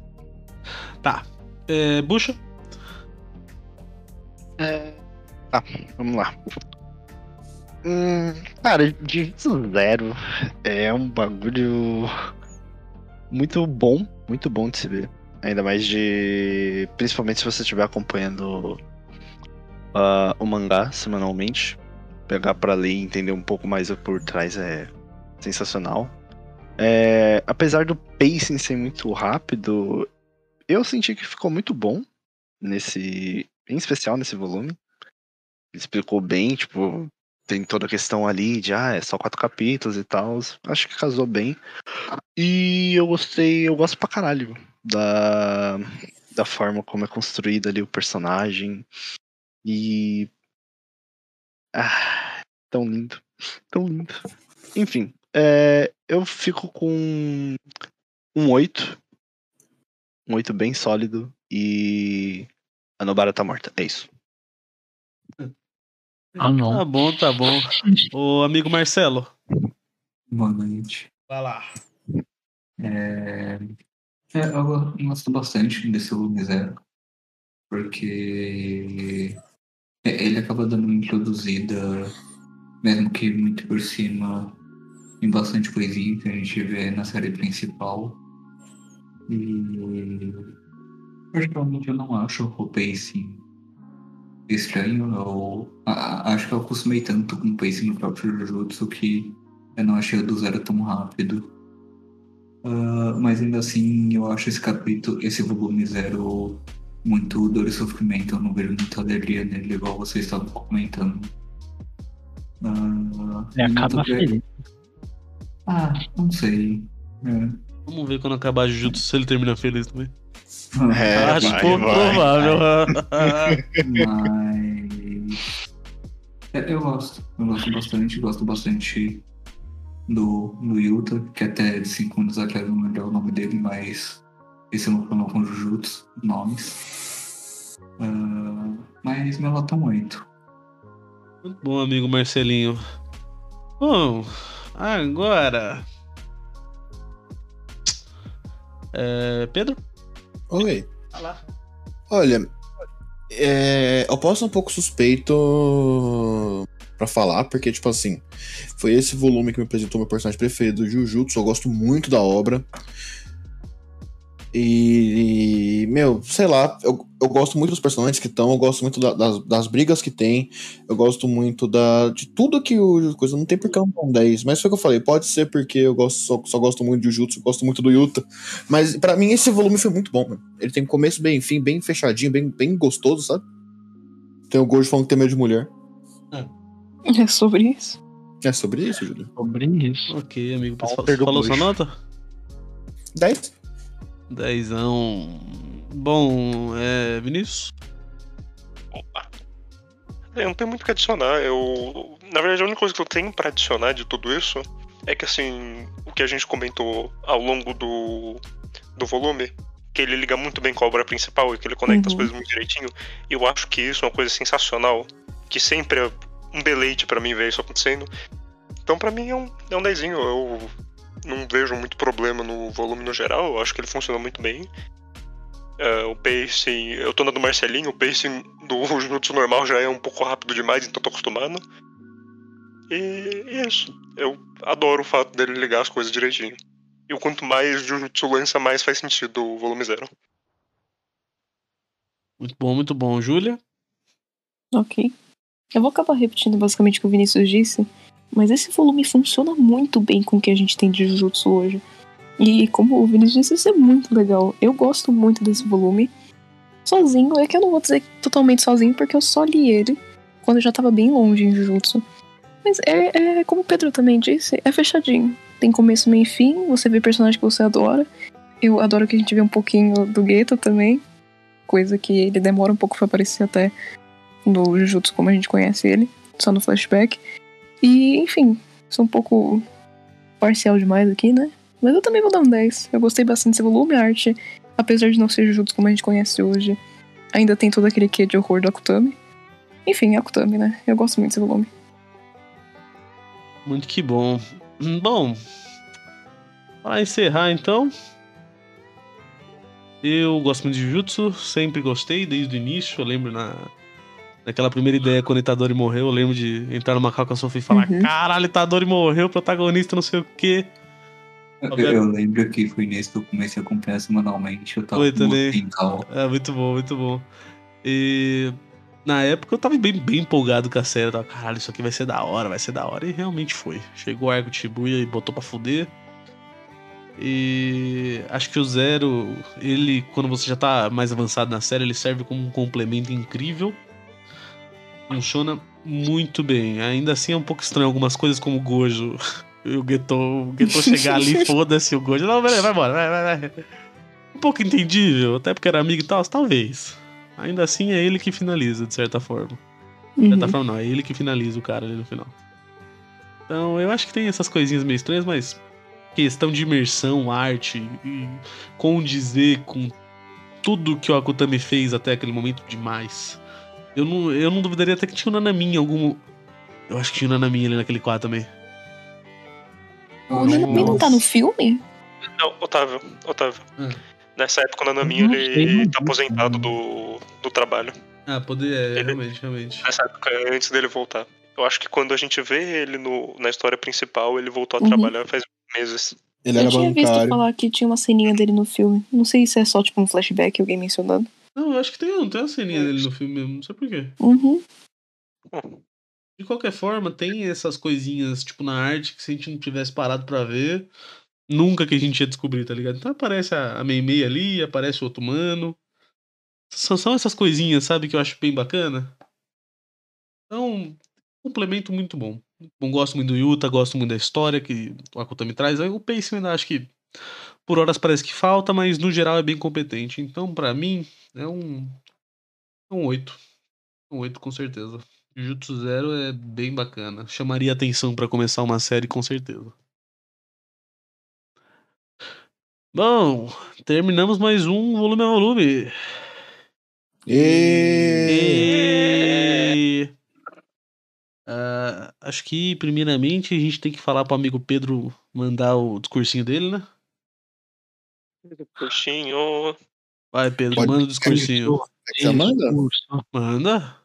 Tá. É, Bucha? Ah, Vamos lá. Hum, cara, Jujutsu Zero é um bagulho muito bom, muito bom de se ver. Ainda mais de. Principalmente se você estiver acompanhando ah, o mangá semanalmente. Pegar pra ler e entender um pouco mais o por trás é sensacional. É, apesar do pacing ser muito rápido, eu senti que ficou muito bom nesse. Em especial nesse volume ele explicou bem, tipo, tem toda a questão ali de, ah, é só quatro capítulos e tal. Acho que casou bem. E eu gostei, eu gosto pra caralho da, da forma como é construído ali o personagem. E. Ah, tão lindo. Tão lindo. Enfim, é, eu fico com um 8. Um 8 bem sólido. E. A Nobara tá morta. É isso. Ah, não. Tá bom, tá bom. Ô, amigo Marcelo. Boa noite. Vai lá. É, é, eu go- eu gosto bastante desse volume zero, porque é, É, Ele acaba dando uma introduzida, mesmo que muito por cima, em bastante coisinha que a gente vê na série principal. E. Particularmente eu não acho o pacing estranho. Eu, a- a- acho que eu acostumei tanto com o pacing no próprio Jujutsu que eu não achei o do zero tão rápido. Ah, mas ainda assim, eu acho esse capítulo, esse volume zero muito dor e sofrimento, eu não vejo muita alegria nele, igual vocês estavam comentando. Ah, <laughs> É, muito acaba bem. feliz. Ah, não sei. É. Vamos ver quando acabar Jujutsu se ele termina feliz também. É, Acho vai, pouco vai. provável. <laughs> Mas. é, Eu gosto. Eu gosto bastante, gosto bastante do, do Yuta, que até de 5 anos atrás eu não lembro o nome dele, mas esse é o meu problema com Jujutsu, nomes. Ah, mas me lota muito. Muito bom, amigo Marcelinho. Bom, agora. É, Pedro? Ok. Olha, é, eu posso ser um pouco suspeito pra falar, porque, tipo assim, foi esse volume que me apresentou meu personagem preferido, Jujutsu. Eu gosto muito da obra. E, e, meu, sei lá, eu, eu gosto muito dos personagens que estão, eu gosto muito da- das, das brigas que tem, eu gosto muito da, de tudo que o coisa não tem porque é um bom 10, mas foi o que eu falei, pode ser porque eu gosto, só, só gosto muito de Jujutsu, gosto muito do Yuta, mas pra mim esse volume foi muito bom, mano. Ele tem um começo, bem fim, bem fechadinho, bem, bem gostoso, sabe? Tem o Gojo falando que tem medo de mulher. É sobre isso. É sobre isso, Júlio? Sobre isso. Ok, amigo. Você Walter do falou sua Bush. nota? 10? Dezão. Bom, é, Vinícius? Eu É, não tenho muito o que adicionar. Eu, na verdade, a única coisa que eu tenho pra adicionar de tudo isso é que, assim, o que a gente comentou ao longo do, do volume, que ele liga muito bem com a obra principal e que ele conecta as Uhum. coisas muito direitinho, eu acho que isso é uma coisa sensacional, que sempre é um deleite pra mim ver isso acontecendo. Então, pra mim, é um, é um dezinho. Eu não vejo muito problema no volume no geral, eu acho que ele funciona muito bem. É, o pacing, eu tô na do Marcelinho, o pacing do <laughs> Jujutsu normal já é um pouco rápido demais, então tô acostumado. E é isso. Eu adoro o fato dele ligar as coisas direitinho. E o quanto mais Jujutsu lança, mais faz sentido o volume zero. Muito bom, muito bom. Júlia? Ok. Eu vou acabar repetindo basicamente o que o Vinícius disse, mas esse volume funciona muito bem com o que a gente tem de Jujutsu hoje. E como o Vinícius disse, isso é muito legal. Eu gosto muito desse volume. Sozinho, é que eu não vou dizer totalmente sozinho, porque eu só li ele quando eu já tava bem longe em Jujutsu. Mas é, é como o Pedro também disse, é fechadinho. Tem começo, meio e fim, você vê personagem que você adora. Eu adoro que a gente vê um pouquinho do Gueto também, coisa que ele demora um pouco pra aparecer até no Jujutsu como a gente conhece ele, só no flashback. E, enfim, sou um pouco parcial demais aqui, né? Mas eu também vou dar um 10. Eu gostei bastante desse volume, a arte, apesar de não ser Jujutsu como a gente conhece hoje, ainda tem todo aquele quê de horror do Akutami. Enfim, é Akutami, né? Eu gosto muito desse volume. Muito que bom. Hum, Bom, para encerrar então. Eu gosto muito de Jujutsu, sempre gostei, desde o início. Eu lembro na, naquela primeira ideia quando Itadori morreu. Eu lembro de entrar no Macaco Sofa e falar: Uhum. Caralho, Itadori morreu, protagonista, não sei o quê. Eu, Roberto. eu lembro que foi nesse que eu comecei a acompanhar semanalmente. Eu tava Foi com o também. Pincal. É, muito bom, muito bom. E na época eu tava bem, bem empolgado com a série. Eu tava, caralho, isso aqui vai ser da hora, vai ser da hora. E realmente foi. Chegou o Argo Shibuya e botou pra fuder. E acho que o Zero, ele, quando você já tá mais avançado na série, ele serve como um complemento incrível. Funciona muito bem. Ainda assim é um pouco estranho algumas coisas como o Gojo. E o Geto, o Geto chegar ali, foda-se o Gojo. Não, beleza, vai embora, vai, vai, vai um pouco entendível, até porque era amigo e tal, talvez. Ainda assim é ele que finaliza, de certa forma. De Uhum. certa Uhum. forma, não, é ele que finaliza o cara ali no final. Então eu acho que tem essas coisinhas meio estranhas, mas questão de imersão, arte, e condizer com tudo que o Akutami fez até aquele momento demais. Eu não, eu não duvidaria até que tinha o Nanami em algum. Eu acho que tinha o Nanami ali naquele quadro também. O Nanami não tá no filme? Não, Otávio, Otávio. Hum. Nessa época o Nanaminho Não sei, ele não tá vi. aposentado do, do trabalho. Ah, poder é, realmente, realmente. Nessa época, antes dele voltar. Eu acho que quando a gente vê ele no, na história principal, ele voltou a Uhum. trabalhar faz meses. Ele eu era tinha visto bancário. falar que tinha uma ceninha dele no filme. Não sei se é só tipo um flashback alguém mencionando. Não, eu acho que tem, não tem uma ceninha dele no filme mesmo, não sei por quê. Uhum. De qualquer forma, tem essas coisinhas, tipo, na arte que se a gente não tivesse parado pra ver, nunca que a gente ia descobrir, tá ligado? Então aparece a, a Meimei ali, aparece o outro mano. São, são essas coisinhas, sabe, que eu acho bem bacana. Então, complemento muito bom. Muito bom, gosto muito do Yuta, gosto muito da história que o Akuta me traz. Aí O pacing eu ainda acho que por horas parece que falta, mas no geral é bem competente. Então, pra mim, é um. É um 8. Um 8, com certeza. Jutsu Zero é bem bacana. Chamaria atenção pra começar uma série, com certeza. Bom, terminamos mais um volume a volume. E... E... Ah, acho que, primeiramente, a gente tem que falar pro amigo Pedro mandar o discursinho dele, né? Coxinho. Vai, Pedro, Pode- manda o discursinho. Você manda? Manda?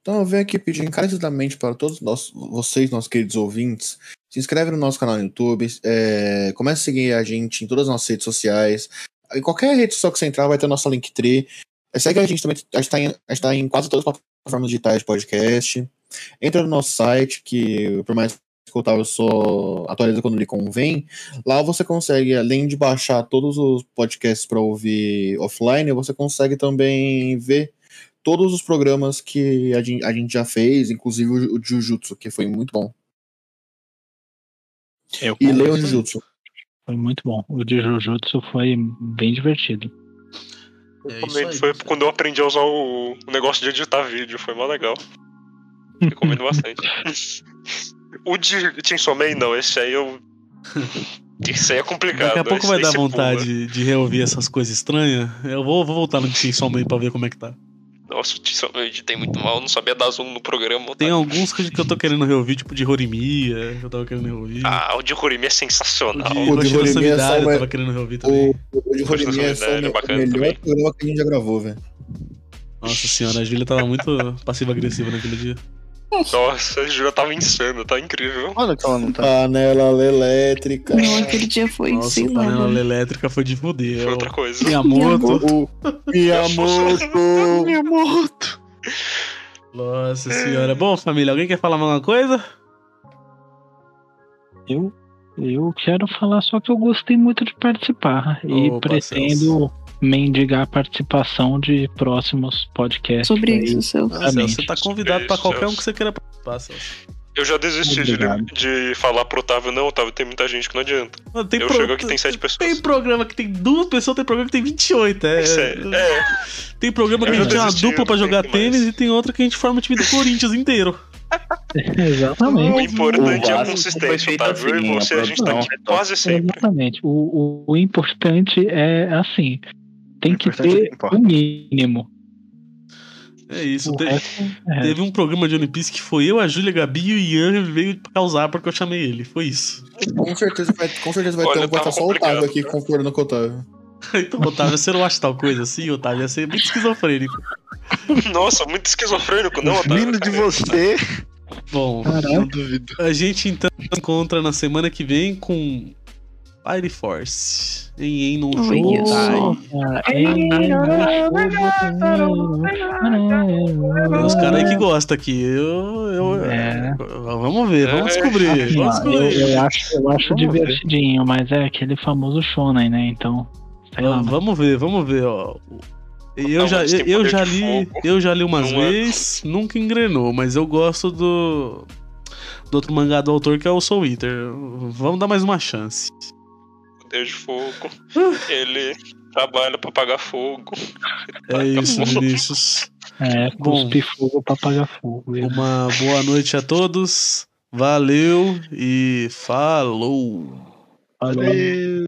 Então eu venho aqui pedir encarecidamente para todos nós, vocês, nossos queridos ouvintes, se inscreve no nosso canal no YouTube, é, começa a seguir a gente em todas as nossas redes sociais. Em qualquer rede social que você entrar vai ter nossa Linktree. É, Segue a gente também, a gente está em, a gente tá em quase todas as plataformas digitais de podcast. Entra no nosso site, que por mais que eu tava, eu só atualizo quando lhe convém. Lá você consegue, além de baixar todos os podcasts para ouvir offline, você consegue também ver todos os programas que a gente, a gente já fez, inclusive o, o Jujutsu, que foi muito bom. Eu Ah, E leiam o Jujutsu. Foi muito bom. O de Jujutsu foi bem divertido. É isso Recomendo. aí. Foi quando eu aprendi a usar o, o negócio de editar vídeo, foi mó legal. Recomendo <laughs> <laughs> bastante. o de Chainsaw Man, não, esse aí eu. Esse aí é complicado. Daqui a pouco esse vai aí dar você pula. vontade de reouvir essas coisas estranhas. Eu vou, vou voltar no Chainsaw Man pra ver como é que tá. Nossa, o Chainsaw Man eu editei muito mal, não sabia dar zoom no programa. Tem um- tá? alguns que que eu tô querendo reouvir, tipo de Horimiya, que eu tava querendo reouvir. Ah, o de Horimi é o sensacional. de o de Roshiro Horimiya Samidari só eu é- tava querendo reouvir também. O, o de Rodinha é só o Solidário é me- o bacana melhor também. programa que a gente já gravou, velho. Nossa senhora, a Júlia tava muito passiva-agressiva naquele dia. Nossa, eu juro, eu tava insano, tá incrível. Olha que ela não tá. Panela elétrica. Não, aquele dia foi, Nossa, tá sei a lá. panela mano. elétrica foi de fuder. Foi outra coisa. Miyamoto. O Miyamoto. Miyamoto! Nossa senhora. Bom, família, alguém quer falar mais alguma coisa? Eu, eu quero falar só que eu gostei muito de participar. E Opa, pretendo mendigar a participação de próximos podcasts. Sobre aí. isso, Celso. Ah, Celso, você tá convidado pra Isso, qualquer um Celso. que você queira participar, Celso. Eu já desisti de, de falar pro Otávio, não, Otávio, tem muita gente que não adianta. Mano, tem Eu chego aqui, tem sete pessoas. Tem programa que tem duas pessoas, tem programa que tem 28. É, Isso é, é, Tem programa que Eu a gente já tem uma desisti, dupla eu pra não jogar aguento mais. tênis e tem outra que a gente forma o time do Corinthians inteiro. <laughs> Exatamente. o importante é Vasco a foi consistência, feito Otávio. assim, e você, a a gente tá aqui produção. é quase sempre. Exatamente. O, o, o importante é assim. Tem O que importante é o ter que importa. o mínimo. É isso. O Te- resto é. Teve um programa de One Piece que foi eu, a Júlia, Gabi e o Ian veio causar porque eu chamei ele. Foi isso. <laughs> Com certeza vai, com certeza vai Olha, ter um vai tava estar só o complicado, Otávio aqui né? concordando com o Otávio. Então, Otávio, você não acha tal coisa assim, Otávio? Ia ser muito esquizofrênico. Nossa, muito esquizofrênico, não, tá Otávio? Vindo de cara. você, Bom, não duvido. a gente então se encontra na semana que vem com Fire Force. Em um Enon Olha Show. é, é, Tem uns caras aí que gostam aqui. Eu, eu- É. Vamos ver, vamos É. descobrir. Assim, Vamos ó, eu, descobrir. eu acho, eu acho Vamos divertidinho, mas é aquele famoso shonen, né? Então, sei lá. Vamos, vamos ver, vamos ver, ó. Eu Não, já, mas tem eu, eu poder já um de li, fogo. eu já li umas Não é- vezes, nunca engrenou, mas eu gosto do do outro mangá do autor que é o Soul Eater. Vamos dar mais uma chance. Deus de fogo. Ele trabalha pra pagar fogo. É tá isso, Vinícius. É, Bom. cuspe fogo pra apagar fogo. Uma boa noite a todos. Valeu e falou. Olha,